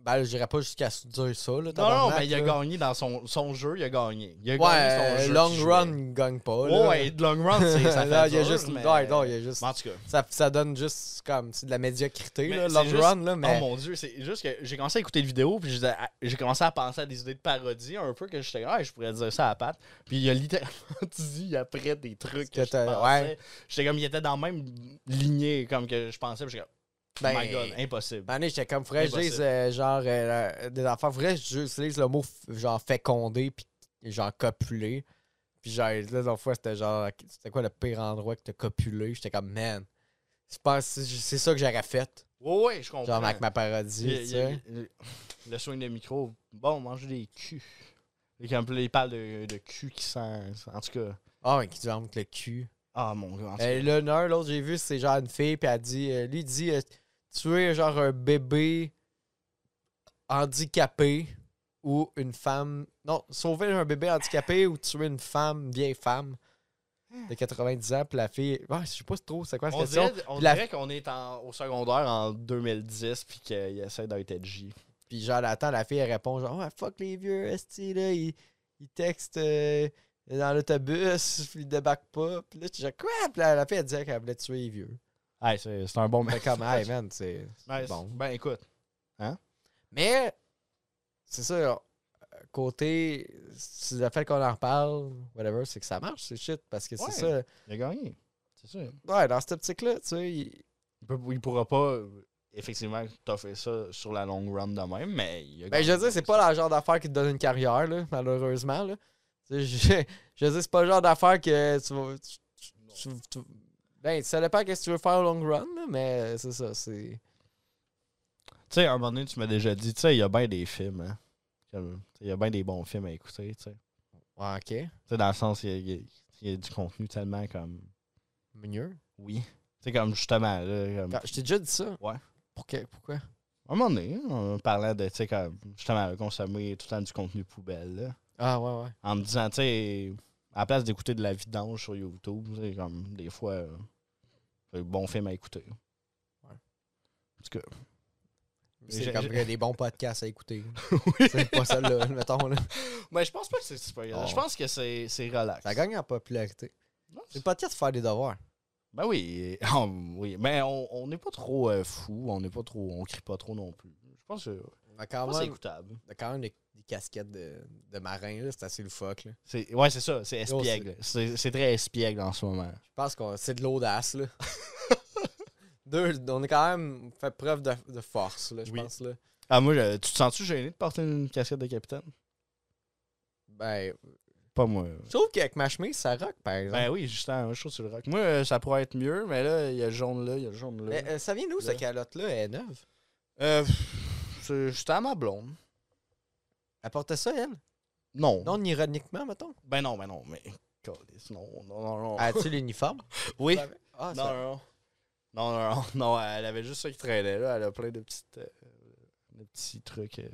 Ben, là, j'irai pas jusqu'à se dire ça. Là, Non, non, tabarnak, mais il a là. gagné dans son, son jeu, il a gagné. Il a gagné son Ouais, jeu. euh, long qu'il jouait. run, il gagne pas. Là. Ouais, de long run, c'est- ça fait Là, il y a dur, juste. mais- Ouais, non, il y a juste. Mais en tout cas. Ça, ça donne juste comme c'est de la médiocrité, Mais là, c'est long juste- run, là, Oh mais. mon dieu, c'est juste que j'ai commencé à écouter des vidéos, puis je disais- j'ai commencé à penser à des idées de parodie un peu que j'étais, ah, je pourrais dire ça à Pat. Puis il a littéralement dit après des trucs que, Que je t'as- pensais. ouais. J'étais comme, il était dans la même lignée comme que je pensais, puis j'étais comme, oh Ben, my god, impossible. Ben, j'étais comme, faudrait que je dise, Impossible. euh, genre, euh, des affaires, faudrait que j'utilise le mot, f- genre, fécondé, puis genre, copulé. Puis, genre, là, l'autre fois, c'était genre, c'était quoi le pire endroit que t'as copulé? J'étais comme, man, je pense que c'est c'est ça que j'aurais fait, ouais, ouais, je comprends. genre, avec ma Il- parodie, tu il- sais. il- le soin de micro, bon, manger des culs. Et quand là, il parle de, de cul qui sent. En tout cas. Ah, ouais, qui dorment avec le cul. Ah mon gars. en tout cas. Euh, là, l'un, l'autre, j'ai vu, c'est genre une fille, puis elle dit, euh, lui, il dit, euh, tu es genre un bébé handicapé ou une femme. Non, sauver un bébé handicapé ou tuer une femme, vieille femme de 90 ans, puis la fille. Ouais, je sais pas trop, c'est quoi cette On question. dirait, on la- dirait qu'on est en- au secondaire en 2010 puis qu'il essaie d'être edgy. Puis genre, elle attend, la fille, elle répond, genre, ouais, fuck les vieux, esti, là, ils, ils textent. euh, dans l'autobus, puis ils débarquent pas. Puis là, tu dis quoi? Puis la, la fille, elle disait qu'elle voulait tuer les vieux. Hey, c'est c'est un bon Fait comme, hey man, c'est c'est Ouais, c'est- bon. Ben écoute. Mais, c'est ça, euh, côté, c'est le fait qu'on en reparle, whatever, c'est que ça marche, c'est shit, parce que Ouais. c'est ça. Il a gagné. C'est sûr. Ouais, dans cette optique-là, tu sais, il- Il, peut- il pourra pas euh, effectivement t'offrir ça sur la long run de même, mais il a ben, gagné. je veux dire, c'est pas le genre d'affaire qui te donne une carrière, là, malheureusement, là. Tu sais, Je, je veux dire, c'est pas le genre d'affaire que tu vas. tu- tu- tu- tu- ben, ça dépend qu'est-ce que tu veux faire au long run, là, mais c'est ça, c'est. Tu sais, à un moment donné, tu m'as déjà dit, tu sais, il y a bien des films, hein. Comme, tu sais, Il y a bien des bons films à écouter, tu sais. Ouais, ok, Tu sais, dans le sens, il y, a- il y a- il y a du contenu tellement comme. mieux. Oui. Tu sais, comme justement, là. comme- Ah, Je t'ai déjà dit ça. Ouais. Pour que- pourquoi? À un moment donné, on parlait de, tu sais, comme, justement, de consommer tout le temps du contenu poubelle, là. Ah, ouais, ouais. En me disant, tu sais, à la place d'écouter de la vidange sur YouTube, tu sais, comme, des fois, euh, c'est un bon film à écouter. Ouais. Parce que. C'est J'ai- comme j'ai- il y a des bons podcasts à écouter. C'est pas celle-là, mettons. Là. Mais je pense pas que c'est super grave. Oh. Je pense que c'est c'est relax. Ça gagne en popularité. Non, C'est le podcast de faire des devoirs. Ben oui, ah, oui. mais on on n'est pas trop euh, fou, on n'est pas trop, on crie pas trop non plus. Je pense que je On a quand pense que c'est même, écoutable. on a quand même des, des casquettes de, de marin, là, c'est assez loufoque. Là. C'est, ouais, c'est ça, c'est Yo, espiègle. C'est c'est très espiègle en ce moment. Je pense que c'est de l'audace. là. Deux, on a quand même fait preuve de, de force, là, je Oui. pense. Là. Ah moi, je- tu te sens-tu gêné de porter une casquette de capitaine Ben, Pas moi. je trouve qu'avec ma chemise, ça rock, par exemple. Ben oui, justement, je trouve que tu le rock. Moi, euh, ça pourrait être mieux, mais là, il y a le jaune là, il y a le jaune Ben, là. Mais euh, ça vient d'où, Là. cette calotte-là? Elle est neuve. Euh, pff, c'est juste à ma blonde. Elle portait ça, elle? Non. Non, ironiquement, mettons. Ben non, ben non, mais. câlisse, Non, non, non, non. As-tu l'uniforme? Oh. Ah, oui. Ah, Non, ça- non, non. Non, non, non, non, elle avait juste ça qui traînait là. Elle a plein de, petites, euh, de petits trucs euh,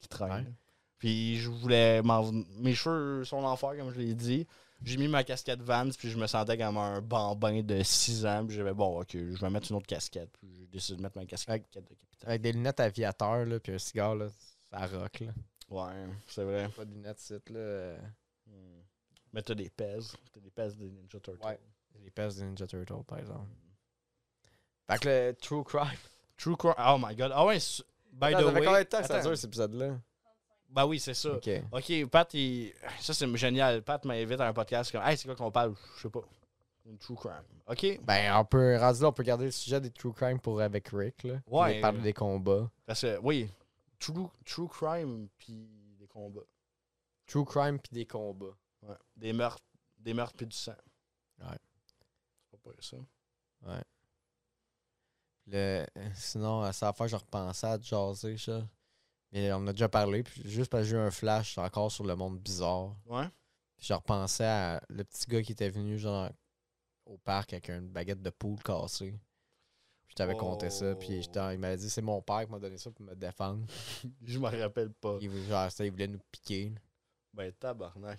qui traînent. Puis je voulais m'en ven- Mes cheveux sont l'enfer, comme je l'ai dit. J'ai mis ma casquette Vans, puis je me sentais comme un bambin de 6 ans. Puis j'avais, bon, ok, je vais mettre une autre casquette. Puis j'ai décidé de mettre ma casquette de capitaine. Avec des lunettes aviateurs, là, puis un cigare, là, ça rock. Là. Ouais, c'est vrai. Pas de lunettes, c'est là. euh, Hmm. Mais t'as des pèses. T'as des pèses des Ninja Turtles. Ouais. Les pèses de Ninja Turtle, par exemple. Fait que le True Crime. True Crime. Oh my god. Ah ouais, s- by Attends, the ça fait way. combien de temps que ça Attends. dure, cet épisode-là? Bah oui, c'est ça. Ok. OK, Pat, il- ça c'est génial. Pat m'invite à un podcast comme Hey, c'est quoi qu'on parle Je sais pas. Une true crime. OK. Ben, on peut, rendu là, on peut garder le sujet des True Crime pour avec Rick, là. Puis Ouais. il parle des combats. Parce que, oui, true, true crime puis des combats. True Crime puis des combats. Ouais. Des meurtres, des meurtres puis du sang. Ouais. C'est pas pire, ça. Le, sinon, à cette fois, je repensais à te jaser, ça. Mais on en a déjà parlé, puis juste parce que j'ai eu un flash encore sur le monde bizarre. Ouais. Puis je repensais à le petit gars qui était venu genre au parc avec une baguette de poule cassée. Je Oh. t'avais compté ça, puis j'étais- il m'avait dit c'est mon père qui m'a donné ça pour me défendre. Je m'en rappelle pas. Il, voulait- genre, ça, il voulait nous piquer. Ben tabarnak.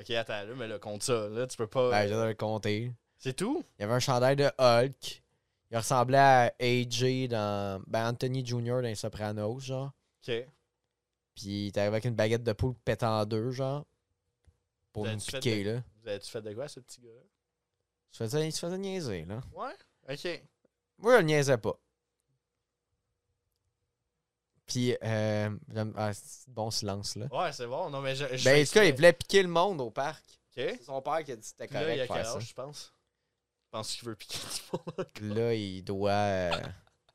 OK, attends, là, mais là, compte ça. Là, tu peux pas. Ben, je l'avais compté. C'est tout? Il y avait un chandail de Hulk. Il ressemblait à AJ dans. Ben, Anthony Jr. dans les Sopranos, genre. OK. Puis il était arrivé avec une baguette de poule pétant en deux, genre. Pour nous T'as-tu fait piquer, de- là. Vous avez-tu fait de quoi, ce petit gars-là? Il se faisait, il se faisait niaiser, là. Ouais. OK. Moi, je le niaisais pas. Puis, euh, j'aime- ah, c'est- bon silence, là. Ouais, c'est bon. Non, mais je. je Ben, en tout cas, il OK. voulait piquer le monde au parc. Puis C'est son père qui a dit que c'était là, il y correct a de quel faire ça. âge, je pense? Je pense qu'il veut piquer du monde. Là, il doit. euh,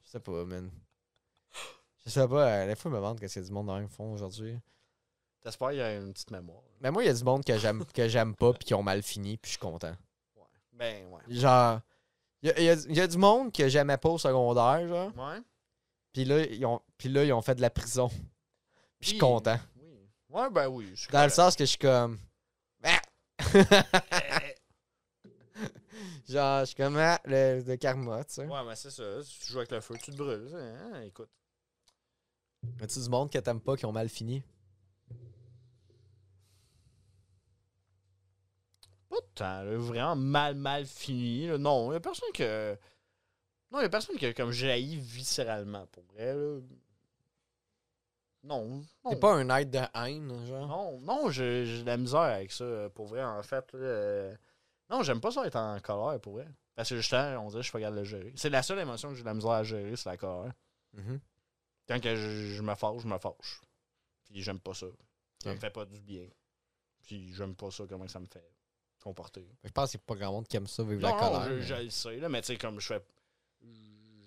je sais pas, man. Je sais pas, euh, des fois, il me demande qu'est-ce qu'il y a du monde dans le fond aujourd'hui. T'espères qu'il y a une petite mémoire. Mais moi, il y a du monde que j'aime que j'aime pas, puis qui ont mal fini, puis je suis content. Ouais. Ben, ouais. Genre, il y a, il y a- il y a du monde que j'aimais pas au secondaire, genre. Ouais. Puis là, ils ont, puis là, ils ont fait de la prison. Puis je suis content. Oui. Ouais, ben oui. je suis Dans le correct. sens que je suis comme. Ah! Genre, je suis comme ah, le, le karma, tu sais. Ouais, mais c'est ça. Si tu joues avec le feu, tu te brûles. hein, écoute. As-tu du monde que t'aimes pas qui ont mal fini? Pas de temps, là, vraiment mal, mal fini. là. Non, il a personne que. Non, il a personne que comme jaillit viscéralement, pour vrai. Là. Non. non. T'es pas un être de haine, genre. Non, non, j'ai j'ai de la misère avec ça, euh, pour vrai, en fait. là, euh, Non, j'aime pas ça être en colère, pour vrai. Parce que justement, on dirait que je suis pas capable de le gérer. C'est la seule émotion que j'ai de la misère à gérer, c'est la colère. Mhm. Quand que je, je me fâche, je me fâche. Puis j'aime pas ça. Ça Ok. me fait pas du bien. Puis j'aime pas ça, comment ça me fait comporter. Je pense qu'il y a pas grand monde qui aime ça, vivre Non, la non, colère. je, mais- je le sais, là, mais tu sais, comme je fais.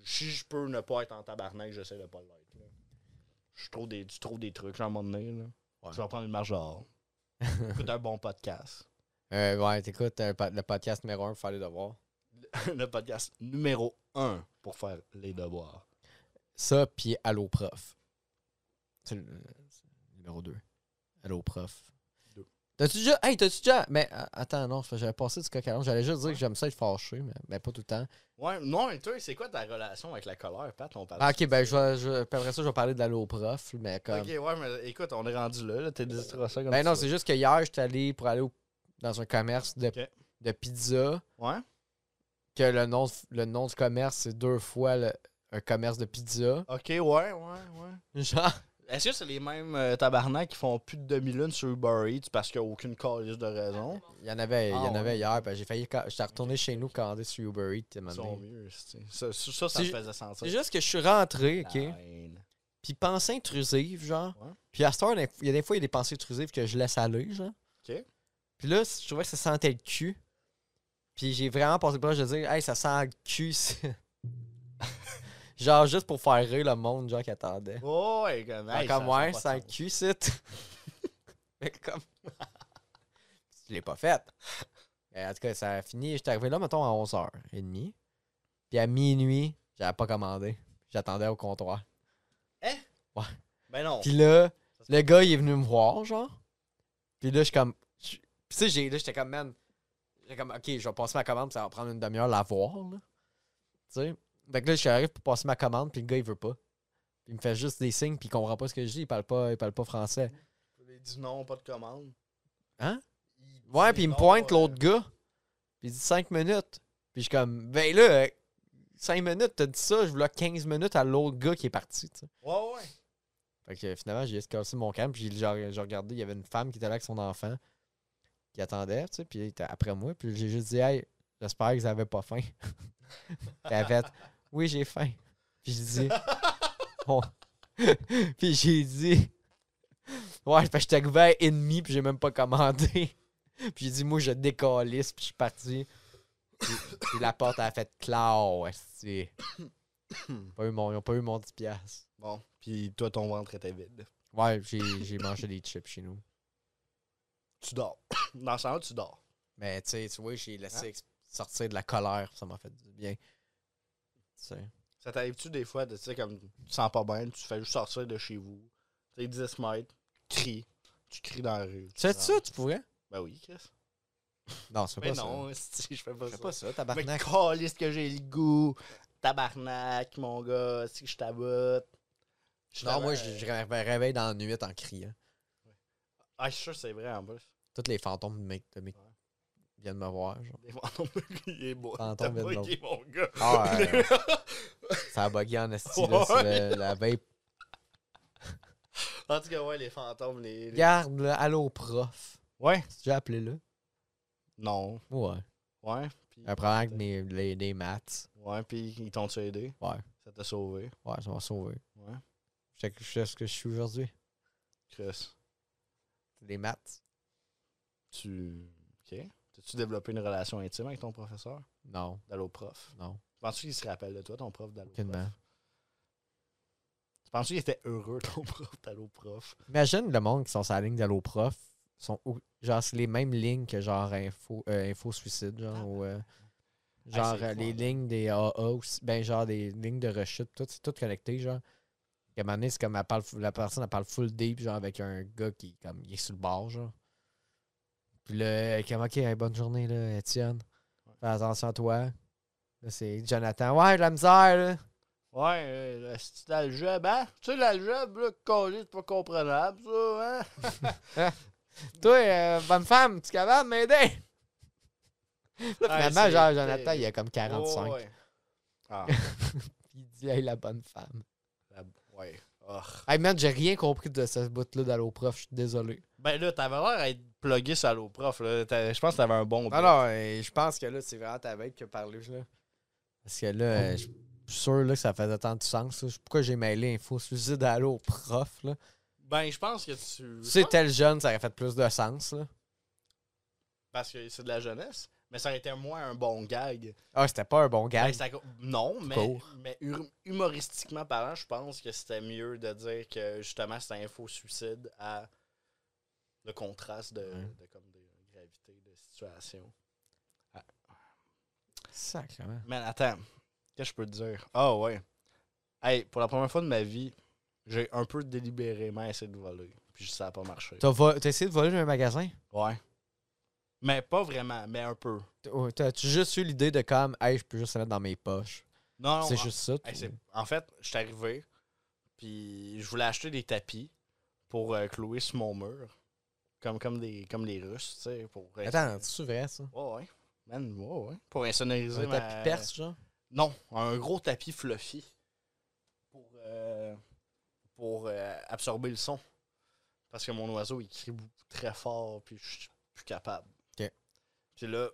Si je peux ne pas être en tabarnak, j'essaie de pas l'être. là. Je trouve des, tu trouves des trucs, genre, à un moment donné. Là. Ouais. Tu vas prendre une marche dehors. Écoute un bon podcast. Euh, ouais, t'écoutes euh, pa- le podcast numéro 1 pour faire les devoirs. le podcast numéro 1 pour faire les devoirs. Ça, puis Allo Prof. C'est le c'est le numéro 2. Allo Prof. Deux. T'as-tu déjà. Hey, t'as-tu déjà. Mais euh, attends, non, c'est parce que j'avais passé du coq à l'âne. J'allais juste dire que j'aime ça être fâché, mais, mais pas tout le temps. Ouais, non, mais toi, c'est quoi ta relation avec la colère, Pat? On parle Ah, ok, ben, je vais- je- puis après ça, je vais parler de l'Allo Prof, mais comme. Ok, ouais, mais écoute, on est rendu là, là t'es distrait ça comme Ben tu non, veux. c'est juste que hier, j'étais allé pour aller au- dans un commerce de, Ok. de pizza, Ouais? que le nom, le nom du commerce, c'est deux fois le- un commerce de pizza. Ok, ouais, ouais, ouais. Genre. Est-ce que c'est les mêmes euh, tabarnak qui font plus de demi-lune sur Uber Eats parce qu'il n'y a aucune cause de raison? Il y en avait, il y Ah, en ouais. avait hier, puis j'ai failli. ca- J'étais retourné chez nous commander sur Uber Eats. à un Ils moment sont donné. mieux, c'est- ça, ça, ça, ça C'est me ju- faisait sentir. C'est juste que je suis rentré, la ok? haine. Puis pensée intrusive, genre. Ouais. Puis à cette heure, des- il y a des fois, il y a des pensées intrusives que je laisse aller, genre. Ok. Puis là, je trouvais que ça sentait le cul. Puis j'ai vraiment passé proche de dire, hey, ça sent le cul, ici. Genre, juste pour faire rire le monde, genre, qui attendait. Oh, ouais, comme, Fait hey, comme, ça ouais, fait ça sent pas de le cul, ici. Mais comme. je l'ai pas fait. Mais en tout cas, ça a fini. J'étais arrivé là, mettons, à 11h30. Puis à minuit, j'avais pas commandé. J'attendais au comptoir. sens. Ben non. Puis là, le gars, il est venu me voir, genre. Puis là, je suis comme. je- Puis tu sais, j'ai- là, j'étais comme, man. J'étais comme, ok, je vais passer ma commande, puis ça va prendre une demi-heure la voir, là. Tu sais. Fait que là, je suis arrivé pour passer ma commande, puis le gars, il veut pas. Il me fait juste des signes, puis il comprend pas ce que je dis, il parle pas, il parle pas français. Il dit non, pas de commande. Hein? dit Ouais, puis il me non, pointe euh, l'autre gars, puis il dit 5 minutes. Puis je suis comme, ben là, 5 minutes, t'as dit ça, je voulais 15 minutes à l'autre gars qui est parti, tu sais. Ouais, ouais. Fait que euh, finalement, j'ai escalassé mon camp, puis j'ai j'ai regardé, il y avait une femme qui était là avec son enfant, qui attendait, tu sais, puis elle était après moi, puis j'ai juste dit, hey, j'espère qu'ils avaient pas faim. puis elle a fait, oui, j'ai faim. Puis j'ai dit, Bon. puis j'ai dit, ouais, parce que j'étais couvert et demi, puis j'ai même pas commandé. puis j'ai dit, moi, je décalisse, puis je suis parti. Puis, puis la porte, elle a fait claw, esti. Pas eu mon- Ils ont pas eu mon 10$. piastres. Bon, puis toi, ton ventre était vide. Ouais, j'ai j'ai mangé des chips chez nous. Tu dors. Dans ce temps-là, tu dors. Mais tu sais, tu vois, j'ai laissé Hein? ex- sortir de la colère, ça m'a fait du bien. Ah. Tu sais. Ça t'arrive-tu des fois de, tu sais, comme tu te sens pas bien, tu te fais juste sortir de chez vous, tu sais, 10 mètres, tu cries, tu cries dans la rue. Tu fais te ça, rends. tu pourrais? Ben oui, Chris. Non, c'est Ben pas ça. non, si, je fais pas Je ça. fais pas ça, Mais tabarnak. calisse que j'ai le goût, tabarnak, mon gars, si je taboute. Je Non, taboute. moi, je, je ré- me réveille dans la nuit en criant. Ah, je suis sûr que c'est vrai, en plus. Tous les fantômes de mes, de mes- viennent me voir. Genre. Des fantômes, il est beau. T'as Fantôme pas de qui, mon gars. Ah, ouais, ça a bugué en esti, là, sur le- la veille. en tout cas, ouais, les fantômes, les... les- Garde, là, allô, prof. Ouais. Tu as appelé là? Non. Ouais. Ouais. Puis, Un problème avec mes, les, les maths. ouais, puis ils t'ont-tu aidé? Ouais. Ça t'a sauvé? Ouais, ça m'a sauvé. Ouais. Je sais- je sais ce que je suis aujourd'hui. Chris. Les maths? Tu. OK. As-tu développé une relation intime avec ton professeur Non, d'alloprof? non. Penses-tu qu'il se rappelle de toi, ton prof d'alloprof? Aucunement. Tu Penses-tu qu'il était heureux, ton prof d'alloprof? Imagine le monde qui sont sur la ligne d'Allo Prof. Sont au- genre, c'est les mêmes lignes que genre Info, euh, info Suicide, genre. ou, euh, genre, Ah, c'est euh, les fou, hein. lignes des AA aussi. Ben, genre, des lignes de rechute, tout, c'est tout connecté, genre. Puis à un moment donné, c'est comme elle parle, full- la personne elle parle full deep, genre avec un gars qui comme il est sur le bord, genre. Puis là, elle est comme ok, hey, bonne journée là, Étienne. Fais attention à toi. Là, c'est Jonathan. Ouais, de la misère, là. Ouais, euh, c'est l'algèbre, hein? Tu sais, l'algèbre, là, collé, c'est pas comprenable, ça, hein? Toi, euh, bonne femme, tu es capable de m'aider? Là, Ouais, finalement, Ah, c'est- genre, Jonathan, il a comme 45. Ouais, ouais. Ah, Il dit, hey, la bonne femme. la- ouais. Ah. Hey, man, j'ai rien compris de ce bout-là d'alloprof. Je suis désolé. Ben là, t'avais l'air à être plugué salaud prof, là. T'as- Je pense que t'avais un bon. Non, non, euh, je pense que là, c'est vraiment ta bête qui a parlé, là. Parce que là, euh, je je suis sûr là, que ça faisait tant de sens. là. Je- Pourquoi j'ai mêlé info suicide à l'eau prof, là? Ben, je pense que tu. Si c'était le jeune, ça aurait fait plus de sens, là. Parce que c'est de la jeunesse, mais ça aurait été moins un bon gag. Ah, c'était pas un bon gag. Ben, ça- non, mais, court. mais hur- humoristiquement parlant, je pense que c'était mieux de dire que justement c'était un faux suicide à le contraste de, Ouais. de comme des gravités de situation. Sacrément. Mais attends, qu'est-ce que je peux te dire? Ah ouais. Hey, pour la première fois de ma vie, j'ai un peu délibérément essayé de voler. Puis ça n'a pas marché. T'as vo- t'as essayé de voler un magasin? Ouais. Mais pas vraiment, mais un peu. T'as- T'as-tu juste eu l'idée de comme, hey, je peux juste le mettre dans mes poches? Non, non, Ah, C'est en- juste ça? Hey, toi? c'est- en fait, je suis arrivé, puis je voulais acheter des tapis pour euh, clouer sur mon mur, comme, comme, des, comme les Russes, tu sais, pour... euh, Attends, c'est vrai, ça? Ouais, ouais. Man, ouais, ouais. Pour insonoriser Un ma- tapis perse, genre? Non, un gros tapis fluffy pour, euh, pour euh, absorber le son. Parce que mon oiseau, il crie beaucoup- très fort, puis je suis plus capable. Ok. Puis là,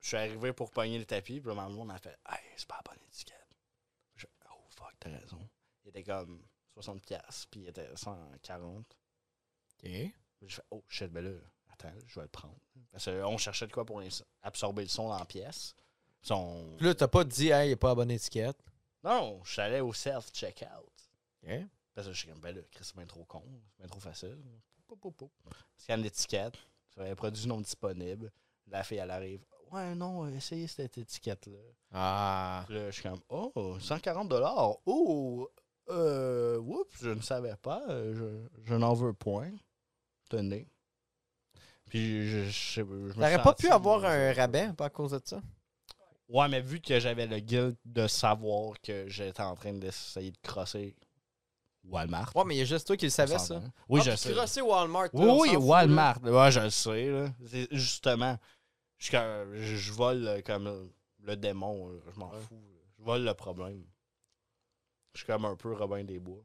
je suis arrivé pour pogner le tapis, puis là, ma maman m'a fait « Hey, c'est pas la bonne étiquette. » Je Oh, fuck, t'as raison. Il était comme 60$, piastres, puis il était 140$. Ok. Puis J'ai fait « Oh, shit, ben là, attends, je vais le prendre. » Parce qu'on cherchait de quoi pour ins- absorber le son dans la pièce. Puis on- Puis là, t'as pas dit, hey, il a pas la bonne étiquette. Non, je suis allé au self-checkout. Ok. Parce que je suis comme, ben là, Chris, c'est bien trop con, c'est bien trop facile. Pou, pou, pou. Scanne l'étiquette, sur les produits non disponibles. La fille, elle arrive, ouais, non, euh, essayez cette étiquette-là. Ah. Puis là, je suis comme, oh, 140 Oh, euh, oups, je ne savais pas, euh, je, je n'en veux point. Tenez. Puis je, je, je, je me T'aurais pas sentis- pu avoir un rabais pas à cause de ça? Ouais, mais vu que j'avais le guilt de savoir que j'étais en train d'essayer de crosser Walmart. Ouais, mais il y a juste toi qui le savais, On ça. s'entend. Oui, Ah, je puis sais. crosser Walmart. toi, Oui, on oui, s'en fout, Walmart. Ouais, je le sais. là. C'est Justement, je, suis comme- je- je vole euh, comme euh, le démon. là. Je m'en fous. là. Je vole le problème. Je suis comme un peu Robin des Bois.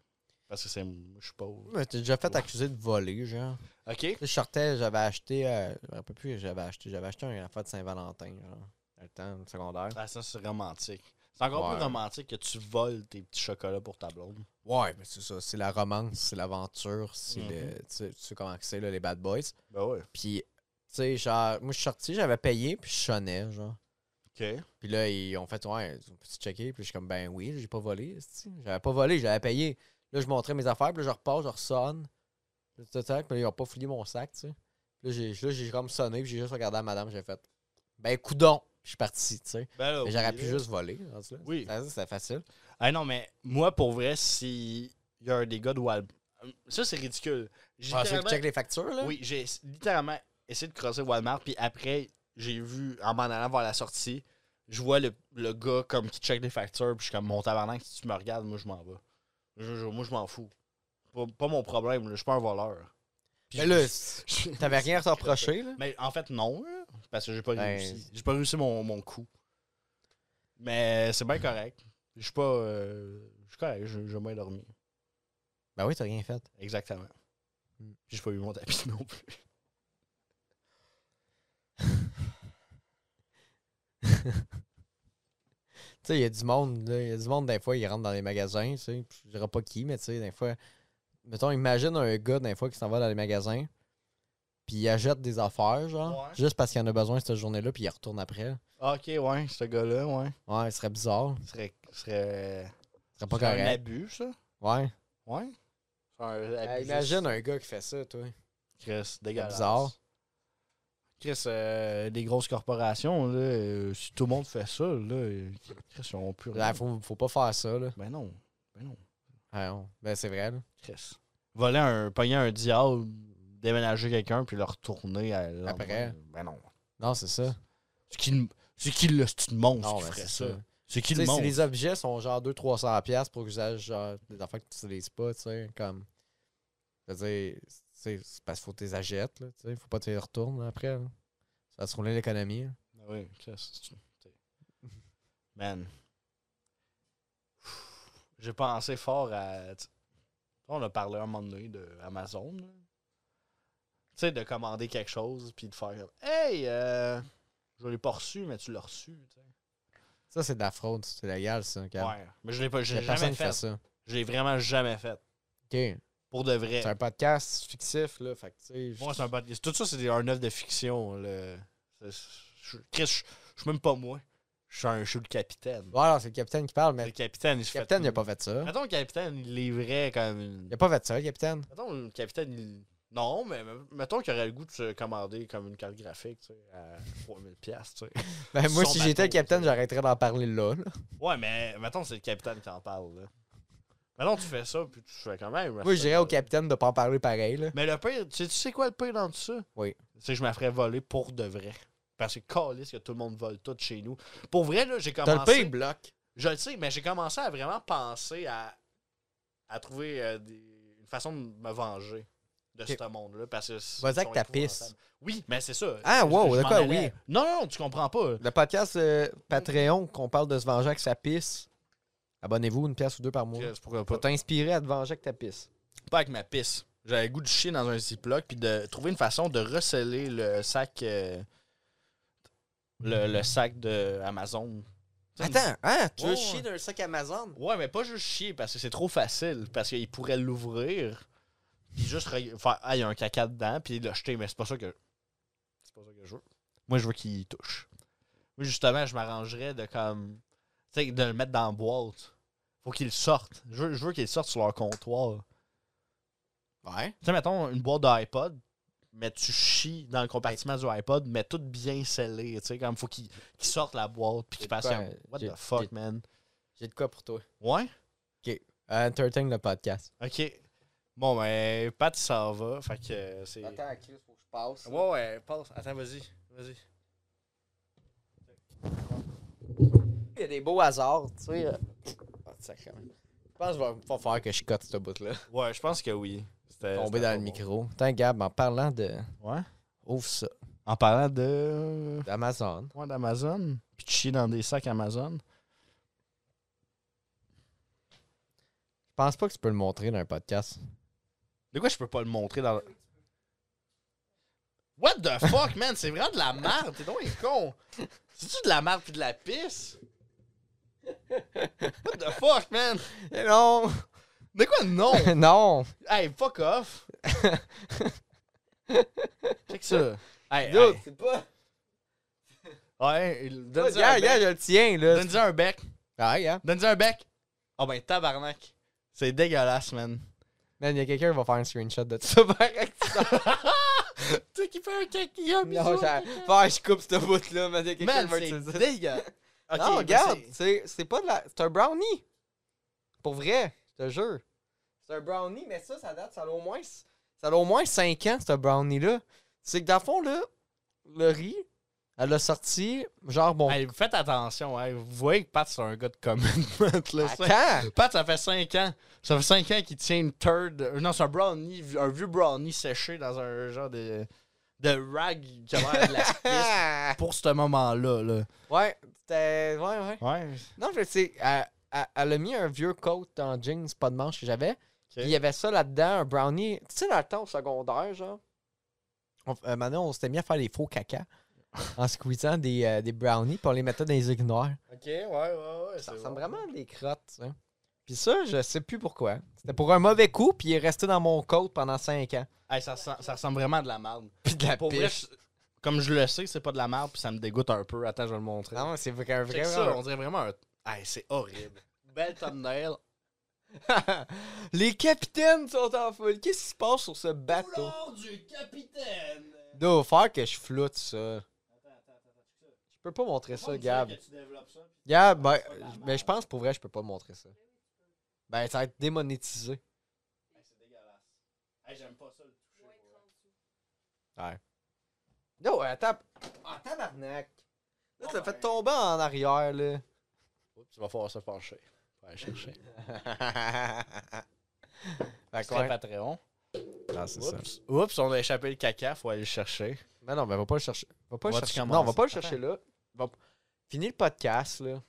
Parce que c'est. Je suis pauvre. là. Mais t'es déjà fait accuser de voler, genre. OK? Tu sais, Je sortais, j'avais acheté. euh, je me rappelle plus, j'avais acheté. J'avais acheté un affaire de Saint-Valentin, genre. Dans le temps, au secondaire. Ah, ça, c'est romantique. C'est encore Ouais. plus romantique que tu voles tes petits chocolats pour ta blonde. Ouais, mais c'est ça. C'est la romance, c'est l'aventure, c'est le. Tu sais, tu sais comment que c'est, là, les bad boys. Ben ouais. Puis, tu sais, genre, moi, je suis sorti, j'avais payé, puis je sonnais, genre. OK. Puis là, ils ont fait, ouais, peux-tu checker? Puis je suis comme, ben oui, j'ai pas volé. esti. J'avais pas volé, j'avais payé. Là, je montrais mes affaires, puis là, je repars, je ressonne. Puis tout ça, puis là, ils ont pas fouillé mon sac, tu sais. Puis là, j'ai- là, j'ai comme sonné, puis j'ai juste regardé la madame, j'ai fait, ben coudon, Puis je suis parti, tu sais. Ben là, Mais J'aurais oui, pu là. juste voler. rendu là. Oui. Ça, C'était facile. Ah non, mais moi, pour vrai, si il y a un des gars de Walmart. Ça, c'est ridicule. J'ai Ah, ceux qui checkent les factures, là? Oui, j'ai s- littéralement essayé de crosser Walmart, puis après, j'ai vu, en m'en allant vers la sortie, je vois le, le gars comme qui check les factures, puis je suis comme, mon tabarnak, si tu me regardes, moi, je m'en vais. Je- je- moi, je m'en fous. Pas, pas mon problème, là, je suis pas un voleur. Puis Mais je- là, je- t'avais rien à te reprocher, là? Mais en fait, non, là, parce que j'ai pas Ben- réussi. J'ai pas réussi mon, mon coup. Mais c'est bien correct. Je suis pas. euh, je suis correct, j'ai j'ai bien dormi. Ben oui, t'as rien fait. Exactement. Mm. Puis J'ai pas eu mon tapis non plus. Tu sais, il y a du monde, là. Il y a du monde, des fois, ils rentrent dans les magasins, tu sais. puis Je dirais pas qui, mais tu sais, des fois. Mettons, imagine un gars, des fois, qui s'en va dans les magasins, puis il achète des affaires, genre, Ouais. juste parce qu'il en a besoin cette journée-là, puis il retourne après. Ok, ouais, ce gars-là, ouais. Ouais, ce serait bizarre. Ce serait, ce serait, Ce serait pas ce serait un correct. abus, ça. Ouais. Ouais. C'est un abus. Euh, imagine un gars qui fait ça, toi. Chris, dégueulasse. bizarre. Chris, euh, des grosses corporations, là, euh, si tout le Ben, monde fait ça, là, euh, Chris, ils ont plus rien. faut, faut pas faire ça, là. Ben non. Ben non. Ah non. Ben, c'est vrai. là. Chris. Voler un, pogner un diable, déménager quelqu'un, puis le retourner à l'endroit. Après. Ben non. Non, c'est ça. C'est qui, le- c'est qui le petit monstre Non, qui ben, ferait c'est ça? ça. C'est qui Tu le sais, si monstre? les objets sont genre 200-300$ piastres pour usage, genre des affaires que tu n'utilises pas, tu sais, comme. Je veux dire, tu sais, c'est parce qu'il faut que tu les achètes, là, tu sais, faut pas que tu les retournes là, après. là. Ça va se rouler l'économie. là. Ah Oui, Chris, c'est- c'est- Man. J'ai pensé fort à. tu- On a parlé un moment donné de Amazon. là. Tu sais, de commander quelque chose, puis de faire comme, Hey, euh, je l'ai pas reçu, mais tu l'as reçu. tu sais. Ça, c'est de la fraude, c'est légal, ça. Quand Ouais, mais je l'ai pas, je Il y a l'ai personne jamais qui fait. fait ça. Je l'ai vraiment jamais fait. Ok. Pour de vrai. C'est un podcast fictif, là. Fait que, tu sais, je- Moi, c'est un podcast. Tout ça, c'est des- un œuvre de fiction. là. C'est- je- Chris, je je suis même pas moi. Je suis un- je suis le capitaine. Ouais, non, c'est le capitaine qui parle, mais Le le capitaine, il se fait capitaine, il a tout- pas fait ça. Mettons le capitaine, il est vrai comme Il une. a pas fait ça, le capitaine. Mettons le capitaine, il. Non, mais mettons qu'il aurait le goût de se commander comme une carte graphique, tu sais, à 3000$, piastres, tu sais. Ben, moi, Son si j'étais le bateau, capitaine, ça. j'arrêterais d'en parler là. là. Ouais, mais mettons c'est le capitaine qui en parle, là. Mettons tu fais ça, puis tu fais quand même. Moi, je dirais au capitaine de pas en parler pareil, là. Mais le pire, tu sais, tu sais quoi le pire dans tout ça? Oui. C'est que je me ferais voler pour de vrai. Parce que calisse que tout le monde vole tout chez nous. Pour vrai, là, j'ai T'as commencé. le pays bloc. Je le sais, mais j'ai commencé à vraiment penser à, à trouver euh, des- une façon de me venger de Ok. ce monde-là. Parce que. Vas-y ils avec sont ta épouvantables. pisse. Oui, mais c'est ça. Ah, wow, Je- je de m'en quoi, allais. oui. Non, non, non, tu comprends pas. Le podcast euh, Patreon, qu'on parle de se venger avec sa pisse. Abonnez-vous, une pièce ou deux par mois. Je pourrais Pour pas. t'inspirer à te venger avec ta pisse. Pas avec ma pisse. J'avais le goût de chier dans un ziploc puis de trouver une façon de receler le sac. euh, le, le sac de Amazon. Tu sais, Attends, hein? Tu veux Ouais, chier d'un sac Amazon? Ouais, mais pas juste chier parce que c'est trop facile. Parce qu'il pourrait l'ouvrir. Puis juste re- faire Ah, il y a un caca dedans. Puis le jeter. Mais c'est pas ça que. C'est pas ça que je veux. Moi, je veux qu'il y touche. Moi, justement, je m'arrangerais de comme. Tu sais, de le mettre dans la boîte. Faut qu'il sorte. Je veux, je veux qu'il sorte sur leur comptoir. Ouais. Tu sais, mettons une boîte d'iPod. Mais tu chies dans le compartiment du iPod, mais tout bien scellé. Tu sais, comme faut qu'il qu'il sorte la boîte, puis qu'il J'ai de fasse quoi- un What j'ai- the fuck, j'ai- man? J'ai de quoi pour toi? Ouais? Euh, entertain le podcast. OK. Bon, ben, Pat, il s'en va. Fait que euh, c'est. Chris, faut que je passe. Ouais, ouais, passe. Attends, vas-y. Vas-y. Il y a des beaux hasards, tu sais. Ah, sacrément. Je pense que je vais pas faire que je cote ce bout-là. Ouais, je pense que oui. C'était. Tomber dans c'était pas le bon. micro. Tiens, Gab, en parlant de. Ouais. Ouvre ça. En parlant de. D'Amazon. Point d'Amazon. Puis de chier dans des sacs Amazon. Je pense pas que tu peux le montrer dans un podcast. De quoi je peux pas le montrer dans. What the fuck, man? C'est vraiment de la merde. T'es donc con. C'est-tu de la merde puis de la pisse? What the fuck, man? Eh non! De quoi non? non! Hey, fuck off! Check ça. Hey, hey. c'est pas. Ouais, il- Regarde, donne-y un regarde, bec. je le tiens, là. Donne-y un bec. Ah, regarde. Donne-y un bec. Oh ben, tabarnak. C'est dégueulasse, man. Man, il y a quelqu'un qui va faire un screenshot de ça par accident. tu qui fait un cake, il y a un non, bisou. j'ai- Faire, je coupe ce bout-là, man. Il y a quelqu'un Man, qui va utiliser ça. c'est dégueulasse. Ok, non, ben, regarde, c'est- c'est c'est pas de la. C'est un brownie. Pour vrai, je te jure. C'est un brownie, mais ça, ça date, ça a au moins, ça a au moins 5 ans, ce brownie-là. C'est que dans le fond, là, le riz, elle a sorti, genre, bon. Hey, faites attention, hein. Vous voyez que Pat, c'est un gars de commitment. Là, ça. Attends! Pat, ça fait 5 ans. Ça fait 5 ans qu'il tient une turd. euh, Non, c'est un brownie, un vieux brownie séché dans un genre de, de rag qui a l'air de la pisse. pour ce moment-là. Là. ouais, c'était. Ouais, ouais. Ouais. Non, je sais, elle, elle- elle a mis un vieux coat en jeans, pas de manche que j'avais. Puis il y avait ça là-dedans, un brownie. Tu sais, dans le temps au secondaire, genre, on, euh, maintenant, on s'était mis à faire des faux caca en squeezant des, euh, des brownies, puis on les mettait dans les ignoires. Ok, ouais, ouais, ouais. Ça ressemble vraiment à des crottes, tu sais. Puis ça, je sais plus pourquoi. C'était pour un mauvais coup, puis il est resté dans mon coat pendant 5 ans. ça, ressemble, ça ressemble vraiment à de la merde. Puis de la Pour vrai, piche. je- comme je le sais, c'est pas de la merde, puis ça me dégoûte un peu. Attends, je vais le montrer. Non, c'est vrai, un vrai. Check ça, on dirait vraiment un. Hey, c'est horrible. Belle thumbnail. Les capitaines sont en folie. Qu'est-ce qui se passe sur ce bateau? du capitaine. Doit faire que je floute ça. Je peux pas montrer ça, Gab. Gab, ben, mais je pense pour vrai, je peux pas montrer ça. Ben, ça va être démonétisé. c'est dégueulasse. j'aime pas ça le toucher. Non, attends. Ah, tabarnak. Là, tu Oh, l'as ben. fait tomber en arrière, là. tu vas falloir se pencher. Faut aller chercher. Fait que, Serait ouais. Patreon. Non, Ah, c'est ça. Oups. Oups, on a échappé le caca, faut aller le chercher. Mais Ben non, mais va pas le chercher. Va pas le Vas-tu chercher. commencer? Non, va pas le chercher là. Va... Finis le podcast, là.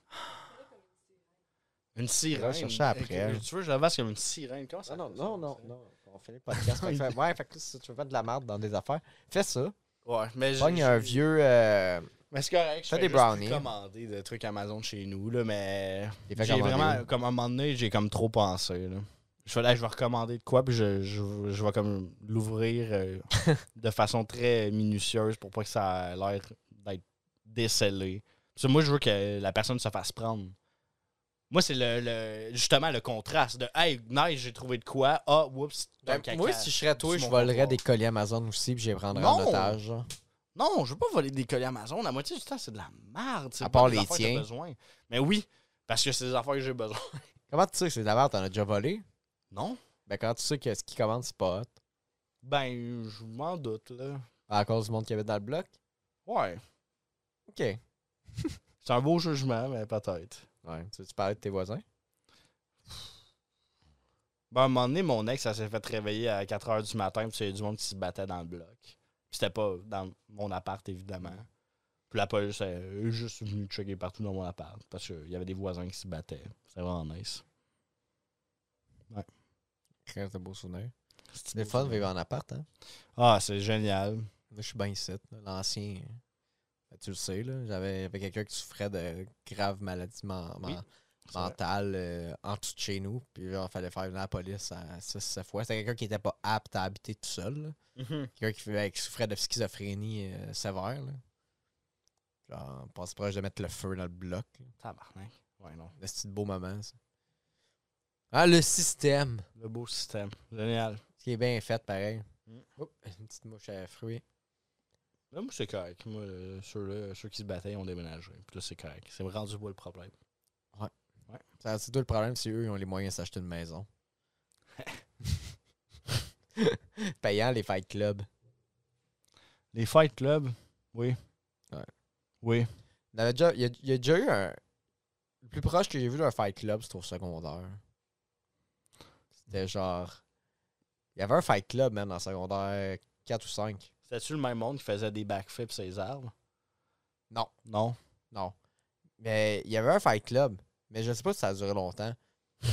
Une sirène. On va chercher après. Euh, Tu veux, je l'avance comme une sirène. Comment ça Non, non, fait ça, non, une non, sirène? non. On finit le podcast. Fait que fais- ouais, fait que si tu veux faire de la merde dans des affaires, fais ça. Ouais, mais j'ai- Pogne un vieux. euh, Mais c'est correct, je Fais fais des juste brownies. commander des trucs Amazon de chez nous, là, mais Des faits j'ai commandés. vraiment, comme à un moment donné, j'ai comme trop pensé, là. Je fais, là, je vais recommander de quoi, puis je, je, je vais comme l'ouvrir euh, de façon très minutieuse pour pas que ça a l'air d'être décelé. Parce que moi, je veux que la personne se fasse prendre. Moi, c'est le, le- justement le contraste de « Hey, nice, j'ai trouvé de quoi. Ah, oups, t'as un Ben, moi, caca. si je serais toi, Sur je mon volerais comptoir. des colis Amazon aussi, puis je les prendrais en Non! otage. genre. Non, je veux pas voler des colis Amazon. La moitié du temps, c'est de la merde. C'est À pas part des les affaires que j'ai tiens. besoin. Mais oui, parce que c'est des affaires que j'ai besoin. Comment tu sais que c'est de la merde? T'en as déjà volé? Non? Ben, quand tu sais que ce qui commande, c'est pas hot. Ben, je m'en doute, là. À cause du monde qui avait dans le bloc? Ouais. Ok. Ouais. C'est un beau jugement, mais peut-être. Tu veux-tu parler de tes voisins? Ben, à un moment donné, mon ex, ça s'est fait réveiller à 4 h du matin, puis c'est du monde qui se battait dans le bloc. Puis c'était pas dans mon appart, évidemment. Puis la police elle est juste venue checker partout dans mon appart, parce qu'il y avait des voisins qui se battaient. C'était vraiment nice. C'est un beau souvenir. C'était C'est le fun de vivre en appart, hein? Ah, c'est génial. Moi, je suis bien ici, là, l'ancien. Ben, tu le sais, là. J'avais j'avais quelqu'un qui souffrait de graves maladies men- men- Oui, mentales euh, en dessous de chez nous. Puis, genre, fallait faire venir la police à 6-7 fois. C'était quelqu'un qui était pas apte à habiter tout seul, là. Quelqu'un qui, fait- qui souffrait de schizophrénie euh, sévère, là. Genre, pas si proche de mettre le feu dans le bloc. là. Tabarnak. Ouais, non. Le petit beau moment, ça. Ah, le système! Le beau système. Génial. Ce qui est bien fait, pareil. Mm. Oups, une petite mouche à fruits. Là, moi, c'est correct. Moi, euh, ceux-là, ceux qui se battaient, ils ont déménagé. Puis là, c'est correct. C'est rendu pas le problème. Ça, C'est tout le problème, c'est eux, ils ont les moyens de s'acheter une maison. Payant les fight clubs. Les Fight Club, oui. Ouais. Oui. Il y, en avait déjà, il, y a, il y a déjà eu un. Le plus proche que j'ai vu d'un fight club, c'était au secondaire. C'était genre. Il y avait un fight club, même, en secondaire 4 ou 5. C'était-tu le même monde qui faisait des backflips sur les arbres? Non. Non. Non. Mais il y avait un fight club. Mais je sais pas si ça a duré longtemps.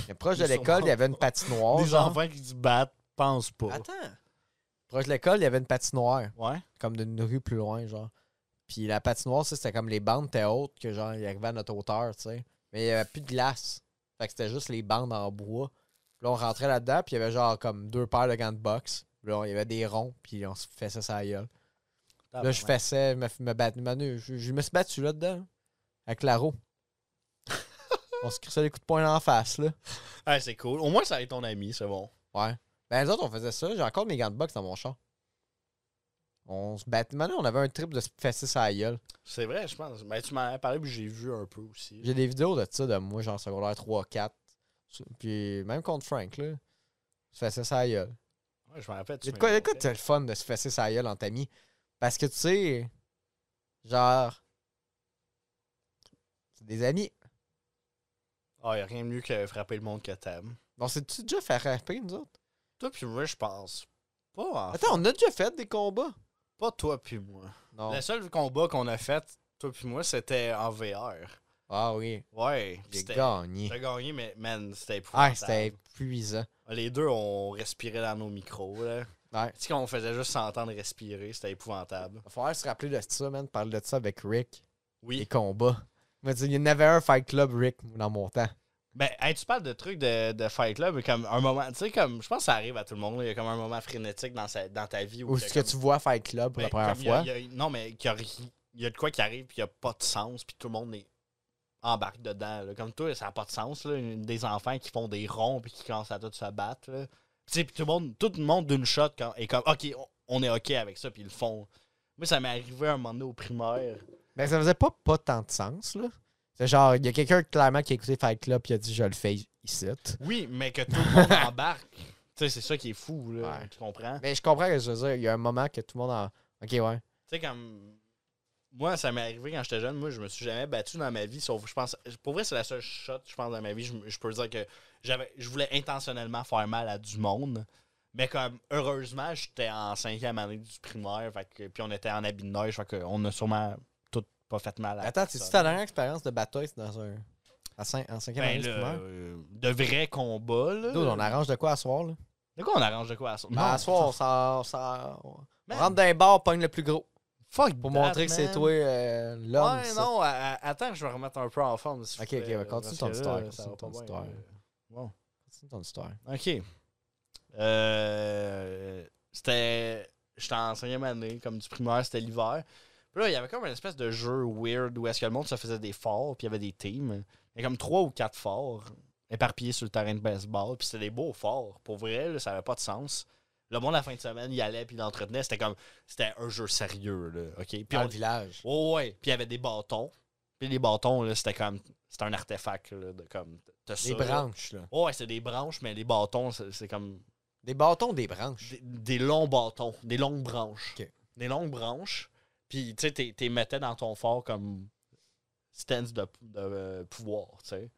Mais proche de Sûrement l'école, il y avait une patinoire. les genre. enfants qui se battent, pensent pas. Attends. Proche de l'école, il y avait une patinoire. Ouais. Comme d'une rue plus loin, genre. Puis la patinoire, ça, c'était comme les bandes étaient hautes, que genre, il arrivait à notre hauteur, tu sais. Mais il n'y avait plus de glace. Fait que c'était juste les bandes en bois. Puis là, on rentrait là-dedans, puis il y avait genre comme deux paires de gants de boxe. Puis là, il y avait des ronds, puis on se fessait ça à la gueule. Ah, ben Là, je fessais, je me, me bat- Manu, je, je me suis battu là-dedans, avec la roue. on se crissait les coups de poing en face, là. Ah, c'est cool. Au moins, ça est ton ami, c'est bon. Ouais. Ben, nous autres, on faisait ça. J'ai encore mes gants de boxe dans mon char. On se battait. Maintenant, on avait un trip de se fesser sa gueule. C'est vrai, je pense. Ben, tu m'en as parlé, puis j'ai vu un peu aussi. J'ai des vidéos de ça, de moi, genre secondaire 3, 4. Puis même contre Frank, là. Se fesser sa gueule. Ouais, je m'en rappelle. tu Y'a de quoi, m'avais y'a de quoi de montré. le fun de se fesser sa gueule en tamis? Parce que tu sais, genre. C'est des amis. Ah, y a rien de mieux que frapper le monde que t'aimes. On s'est-tu déjà fait rapper, nous autres? Toi, puis moi, je pense pas. en fait. Attends, on a déjà fait des combats? Pas toi, puis moi. Non. Le seul combat qu'on a fait, toi puis moi, c'était en VR. Ah oui, Ouais. j'ai c'était- gagné. T'as gagné, mais man, c'était Ah, épouvantable. c'était épuisant. Les deux, on respirait dans nos micros, là. Ouais. Tu sais, qu'on faisait juste s'entendre respirer, c'était épouvantable. Il va falloir se rappeler de ça, man. Parler de ça avec Rick. Les Oui. combats. Il m'a dit, il y en avait un Fight Club, Rick, dans mon temps. Ben, hey, tu parles de trucs de, de Fight Club, mais comme un moment, tu sais, comme, je pense que ça arrive à tout le monde, là. il y a comme un moment frénétique dans, sa- dans ta vie. où Ou t'as ce que comme- tu vois Fight Club pour ben, la première comme il y a- fois. il y a- non, mais qu'il y a ri- il y, a de quoi qui arrive, puis il n'y a pas de sens, puis tout le monde est embarque dedans. là. Comme toi, ça n'a pas de sens. Là. Une- Des enfants qui font des ronds, puis qui commencent à tout se battre. là. Tu sais, Puis tout le monde, tout le monde d'une shot quand, est comme, OK, on, on est OK avec ça, puis ils le font. Moi, ça m'est arrivé un moment donné au primaire. Mais ça faisait pas, pas tant de sens, là. C'est genre, il y a quelqu'un clairement qui a écouté Fight Club et a dit, je le fais ici. Oui, mais que tout le monde embarque. Tu sais, c'est ça qui est fou, là. Ouais. Tu comprends? Mais je comprends ce que je veux dire. Il y a un moment que tout le monde a. Ok, ouais. Tu sais, comme. Moi, ça m'est arrivé quand j'étais jeune. Moi, je me suis jamais battu dans ma vie. Sauf, je pense. Pour vrai, c'est la seule shot, je pense, dans ma vie. Je, je peux dire que j'avais, je voulais intentionnellement faire mal à du monde. Mais comme, heureusement, j'étais en cinquième année du primaire. Fait que, puis on était en habit de neige. Fait qu'on a sûrement tout pas fait mal à Attends, c'est-tu ta personne. dernière expérience de bataille c'est dans un. à cin- En cinquième année Ben, du là, primaire? euh, de vrais combats, là. Dude, on arrange de quoi à soir, là? De quoi on arrange de quoi à ça? Ben, à soir, on sort. sort- on Man. rentre dans les bars, pogne le plus gros. fuck Pour that, montrer que c'est man. toi euh, l'homme. Ben, Ouais, ça. non, à- à- attends, je vais remettre un peu en forme. s'il Ok, vous ok, plaît, ben, continue parce ton que là, histoire, ça continue va ton pas histoire. bien, euh, Bon, C'est ton histoire. ok. Euh, c'était. J'étais en cinquième année, comme du primaire, c'était l'hiver. Puis là, il y avait comme une espèce de jeu weird où est-ce que le monde se faisait des forts, puis il y avait des teams. Il y avait comme trois ou quatre forts éparpillés sur le terrain de baseball, puis c'était des beaux forts. Pour vrai, là, ça avait pas de sens. Le monde, la fin de semaine, il allait, puis il l'entretenait. C'était comme. C'était un jeu sérieux, là. OK? Puis Dans on, Oh, le village. Ouais, ouais. Puis il y avait des bâtons. Puis les bâtons, là, c'était comme. C'était un artefact, là, de comme. t'as ça, Des là. branches, là. Ouais, c'est des branches, mais les bâtons, c'est c'est comme. Des bâtons, des branches. Des, des longs bâtons, des longues branches. Ok. Des longues branches. Puis, tu sais, t'es t'es mettais dans ton fort comme. Stance de, de, euh, pouvoir, tu sais.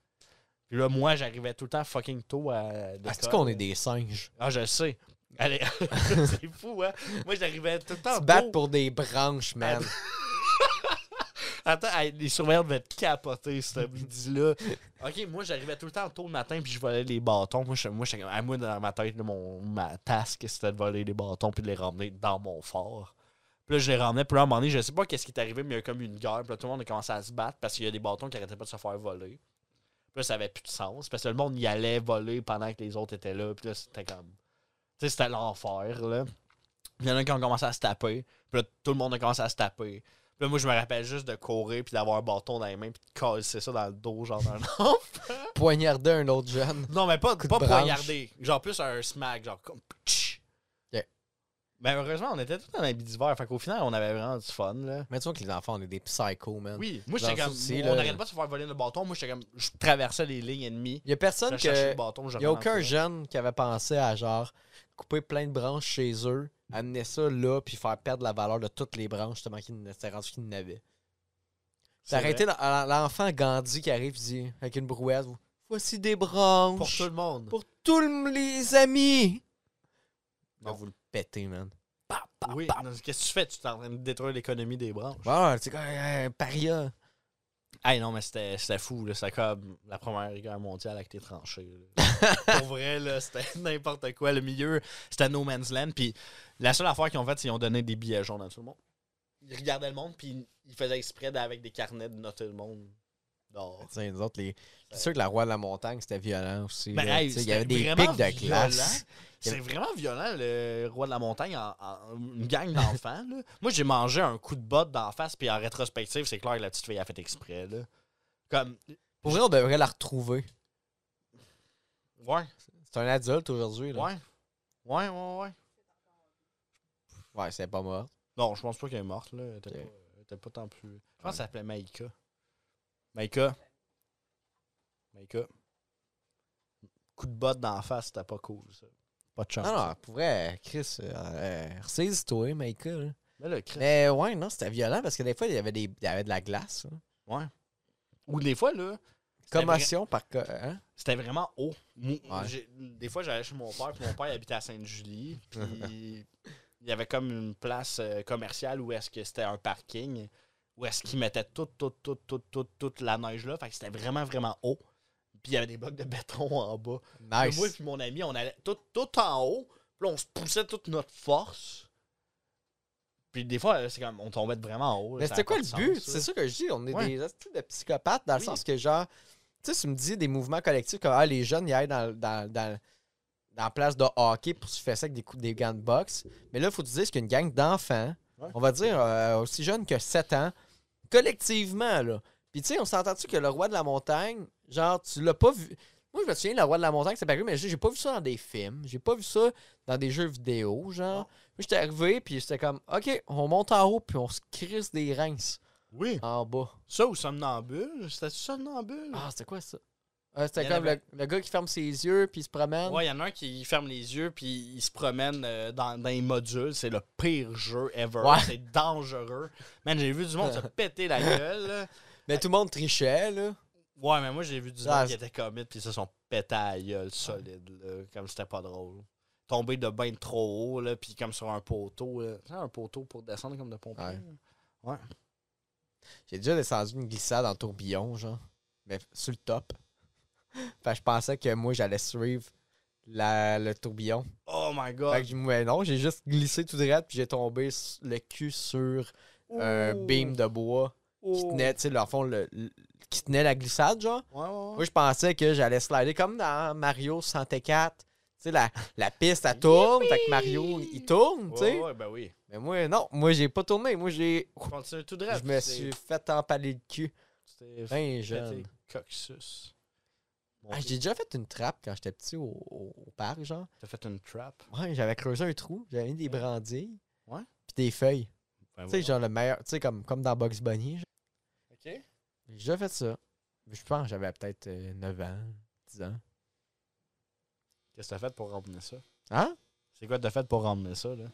Puis là, moi, j'arrivais tout le temps fucking tôt à. Est-ce l'école. Ah, qu'on est des singes? Ah, je sais. Allez, c'est fou, hein. Moi, j'arrivais tout le temps Se battre tôt. pour des branches, man. Attends, hey, les surveillants devaient te capoter ce midi-là. OK, moi, j'arrivais tout le temps tôt le matin puis je volais les bâtons. Moi, je, moi, je- à moi dans ma tête, là, mon, ma task, c'était de voler les bâtons puis de les ramener dans mon fort. Puis là, je les ramenais. Puis là, à un moment donné, je sais pas qu'est-ce qui est arrivé, mais il y a eu comme une guerre. Puis là, tout le monde a commencé à se battre parce qu'il y a des bâtons qui arrêtaient pas de se faire voler. Puis là, ça avait plus de sens parce que le monde y allait voler pendant que les autres étaient là. Puis là, c'était comme... Tu sais, c'était l'enfer, là. Puis il y en a qui ont commencé à se taper. Puis là, tout le monde a commencé à se taper. Puis là, moi, je me rappelle juste de courir, puis d'avoir un bâton dans les mains, puis de casser ça dans le dos, genre d'un enfant. Poignarder un autre jeune. Non, mais pas, Coup de pas branche. poignarder. Genre plus un smack, genre comme. ptch. Ok. Mais heureusement, on était tous en habit d'hiver. Fait qu'au final, on avait vraiment du fun, là. Mais tu vois que les enfants, on est des psychos, man. Oui, moi, Dans j'étais le comme. souci, on là. n'arrêtait pas de se faire voler le bâton. Moi, j'étais comme. Je traversais les lignes ennemies. Il y a personne Je que. cherchais le bâton, je Il n'y a rentrais. aucun jeune qui avait pensé à genre couper plein de branches chez eux, amener ça là, puis faire perdre la valeur de toutes les branches justement qu'il n- c'était rendu qu'il n'avait. T'as C'est arrêté l- à- l'enfant Gandhi qui arrive dit, avec une brouette Voici des branches Pour tout le monde. pour tous le- les amis. Non. Non, vous le pétez, man. Bah, oui. non, Qu'est-ce que tu fais? Tu t'es en train de détruire l'économie des branches. Wow, c'est comme un un paria. Hey non, mais c'était c'était fou, là. C'était comme la première guerre mondiale avec tes tranchées. là. Pour vrai, là, c'était n'importe quoi. Le milieu, c'était No Man's Land. Puis la seule affaire qu'ils ont faite, c'est qu'ils ont donné des billets jaunes à tout le monde. Ils regardaient le monde, puis ils faisaient exprès d'a- avec des carnets de noter le monde. dehors. Tiens, nous autres, les... C'est sûr que la roi de la montagne, c'était violent aussi. Ben, là. hey, Tu sais, il y c'était avait des vraiment pics de violent. classe. Il y C'est vraiment violent, le roi de la montagne, en, en- une gang d'enfants. là. Moi, j'ai mangé un coup de botte d'en face, puis en rétrospective, c'est clair que la petite fille a fait exprès. Là. Comme, Pour vrai, on devrait la retrouver. ouais, C'est un adulte aujourd'hui. là. ouais, ouais, ouais, ouais. Ouais, c'est pas mort. Non, je pense pas qu'elle est morte, là. Elle était Ok. pas- elle était pas, tant plus. Je pense qu'elle s'appelait Maïka. Maïka. Maïka. Coup de botte d'en face, c'était pas cool, ça. Pas de chance. Non, non, pour vrai, Chris, euh, euh, hein. ressaisis-toi, Maïka. là. Mais là, Chris- Mais ouais, non, c'était violent parce que des fois, il y avait, des, il y avait de la glace. hein. Ou des fois, là, C'était Commotion par. co- Hein? c'était vraiment haut. Mou- Ouais. j'ai- Des fois, j'allais chez mon père, puis mon père il habitait à Sainte-Julie. Puis il y avait comme une place euh, commerciale où est-ce que c'était un parking, où est-ce qu'ils mettaient toute, toute, toute, toute, toute, toute la neige là. Fait que c'était vraiment, vraiment haut. Puis il y avait des blocs de béton en bas. Puis Nice. Moi et mon ami, on allait tout, tout en haut. Puis là, on se poussait toute notre force. Puis des fois, là, c'est comme on tombait de vraiment en haut. là, Mais ça c'était a pas quoi le de but? sens, ça. C'est ça que je dis, on est Ouais. des astuces de psychopathes dans le Oui. sens que, genre, tu sais, tu me dis des mouvements collectifs comme ah, les jeunes, ils aillent dans, dans, dans, dans la place de hockey pour se faire ça avec des, coups, des gants de boxe. Mais là, il faut que tu dises qu'il y a une gang d'enfants, Ouais. on va dire euh, aussi jeunes que 7 ans, collectivement, là. Puis, tu sais, on s'entend-tu que le roi de la montagne, genre, tu l'as pas vu. Moi, je me souviens, le roi de la montagne, c'est paru, mais j'ai j'ai pas vu ça dans des films, j'ai pas vu ça dans des jeux vidéo, genre. Non. Moi, j'étais arrivé, puis j'étais comme, OK, on monte en haut, puis on se crisse des reins Oui. en bas. Ça ou somnambule Ah, C'était somnambule Ah, c'était quoi ça? Ah, Il C'était y en comme le, avait- le gars qui ferme ses yeux puis il se promène. Ouais, il y en a un qui ferme les yeux puis il se promène euh, dans, dans les modules. C'est le pire jeu ever. Ouais. C'est dangereux. Man, j'ai vu du monde se péter la gueule. là. Mais tout le monde trichait, là. Ouais, mais moi, j'ai vu du Ah, monde qui c'est- était commit puis ils se sont pétés à la gueule solide. là, comme c'était pas drôle. Tombé de bain trop haut, là, puis comme sur un poteau. Là. Tu sais, un poteau pour descendre comme de pompier. Ouais. là. J'ai déjà descendu une glissade en tourbillon, genre. Mais sur le top. fait que je pensais que moi, j'allais suivre la- le tourbillon. Oh my god. Fait que je- mais non, j'ai juste glissé tout droit puis j'ai tombé s- le cul sur un Ouh. euh, beam de bois qui Ouh. tenait, tu sais, dans le fond, le- le- qui tenait la glissade, genre. Ouais, ouais, ouais. Moi, je pensais que j'allais slider comme dans Mario 64. Tu sais, la, la piste, elle tourne. fait que Mario, il tourne, tu sais. Ouais, ouais, ben oui. Mais moi, non, moi, j'ai pas tourné. Moi, j'ai. Continue tout droit. Je me suis fait empaler le cul. C'était Ben jeune. Coxus. Mon Ah, Dieu, j'ai déjà fait une trappe quand j'étais petit au, au- au parc, genre. T'as fait une trap. Ouais, j'avais creusé un trou, j'avais mis des brandilles. Ouais. Puis des feuilles. Ben Tu sais, voyons. genre le meilleur. Tu sais, comme, comme dans Bugs Bunny. genre. Ok. J'ai déjà fait ça. Je pense que j'avais peut-être euh, 9 ans, 10 ans. Qu'est-ce que t'as fait pour ramener ça? Hein? C'est quoi que t'as fait pour ramener ça, là?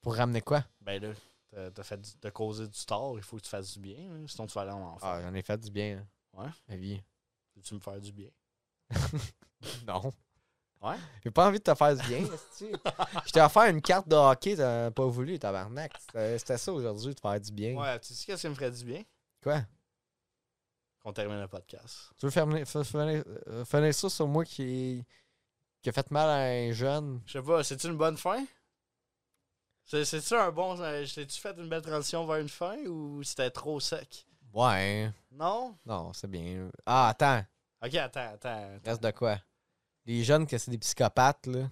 Pour ramener quoi? Ben là, t'as- t'as fait du- t'as causé du tort, il faut que tu fasses du bien, là, sinon tu vas aller en enfer. Ah, j'en ai fait du bien. hein. Ouais? Ma vie. Veux-tu me faire du bien? Non. Ouais? J'ai pas envie de te faire du bien, esti. Je t'ai offert une carte de hockey, t'as pas voulu, tabarnak. C'était c'était ça aujourd'hui, de faire du bien. Ouais, tu sais qu'est-ce qui me ferait du bien? Quoi? Qu'on termine le podcast. Tu veux fermer, fe- fermer- euh, finir ça sur moi qui, qui a fait mal à un jeune? Je sais pas, c'est-tu une bonne fin? C'est- C'est-tu un bon. J'ai-tu fait une belle transition vers une fin ou c'était trop sec? Ouais. hein. Non? Non, c'est bien. Ah, attends. Ok, attends, attends. attends. Reste de quoi? Les jeunes que c'est des psychopathes, là.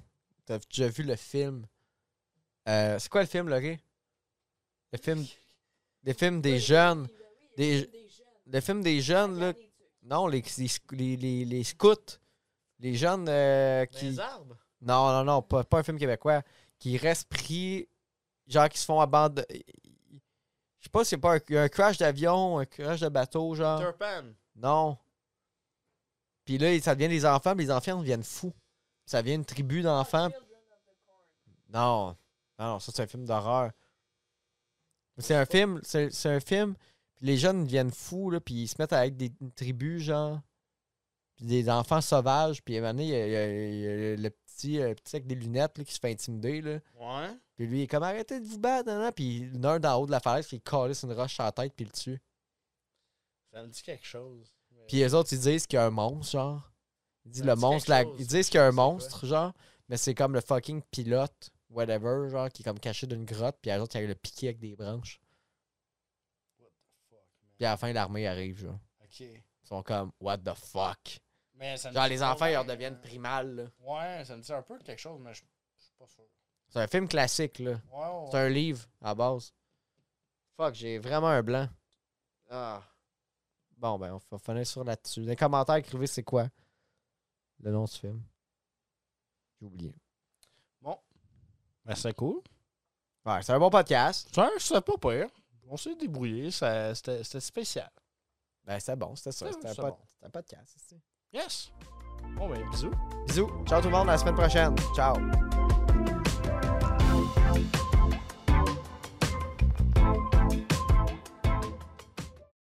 T'as déjà vu le film? Euh, c'est quoi le film, Laurie? Le film. Le film des jeunes. Des, le film des jeunes, là. Non, les, les, les, les- les scouts. Les jeunes euh, qui. Les arbres? Non, non, non, pas, pas un film québécois. Qui restent pris. Genre, qui se font abandonner. Je sais pas, c'est pas un, un crash d'avion, un crash de bateau, Ah. genre. Turpan. Non. Puis là, ça devient des enfants, puis les enfants deviennent fous. Ça devient une tribu d'enfants. Non. Non, non, ça, c'est un film d'horreur. C'est un film, c'est c'est un film, puis les jeunes deviennent fous, là, puis ils se mettent avec des une tribu, genre. Puis des enfants sauvages, puis à un moment donné, il y a- il y a- il y a le petit, euh, petit avec des lunettes là, qui se fait intimider, là. Ouais. Puis lui, il est comme arrêtez de vous battre, nan, nan. puis l'un d'en haut de la falaise, puis il calisse une roche sur la tête, puis il le tue. Ça me dit quelque chose. mais- Puis les autres, ils disent qu'il y a un monstre, genre. Ils disent, Ça le dit quelque monstre, la- chose. ils disent qu'il y a un C'est quoi? monstre, genre. Mais c'est comme le fucking pilote, whatever, genre, qui est comme caché d'une grotte. Puis les autres, ils arrivent le piquer avec des branches. What the fuck, Puis à la fin, l'armée arrive, genre. man. Ok. Ils sont comme, what the fuck. Mais ça me Genre, dit les pas enfants, ils mal, redeviennent hein. primales, là. Ouais, ça me dit un peu quelque chose, mais je je suis pas sûr. C'est un film classique, là. Ouais, ouais. C'est un livre, à base. Fuck, j'ai vraiment un blanc. Ah. Bon, ben, on va finir sur là-dessus. Dans les commentaires, écrivez c'est quoi le nom du film. J'ai oublié. Ben, c'est cool. Ouais, c'est un bon podcast. Ça, c'est pas pire. On s'est débrouillé, ça- c'était c'était spécial. Ben, c'est bon, c'était ça. C'est- C'était un, c'est pod- bon. c'était un podcast. c'est ça. Yes. Oh, Bon, ben, bisous. Bisous. Ciao tout le monde, à la semaine prochaine. Ciao.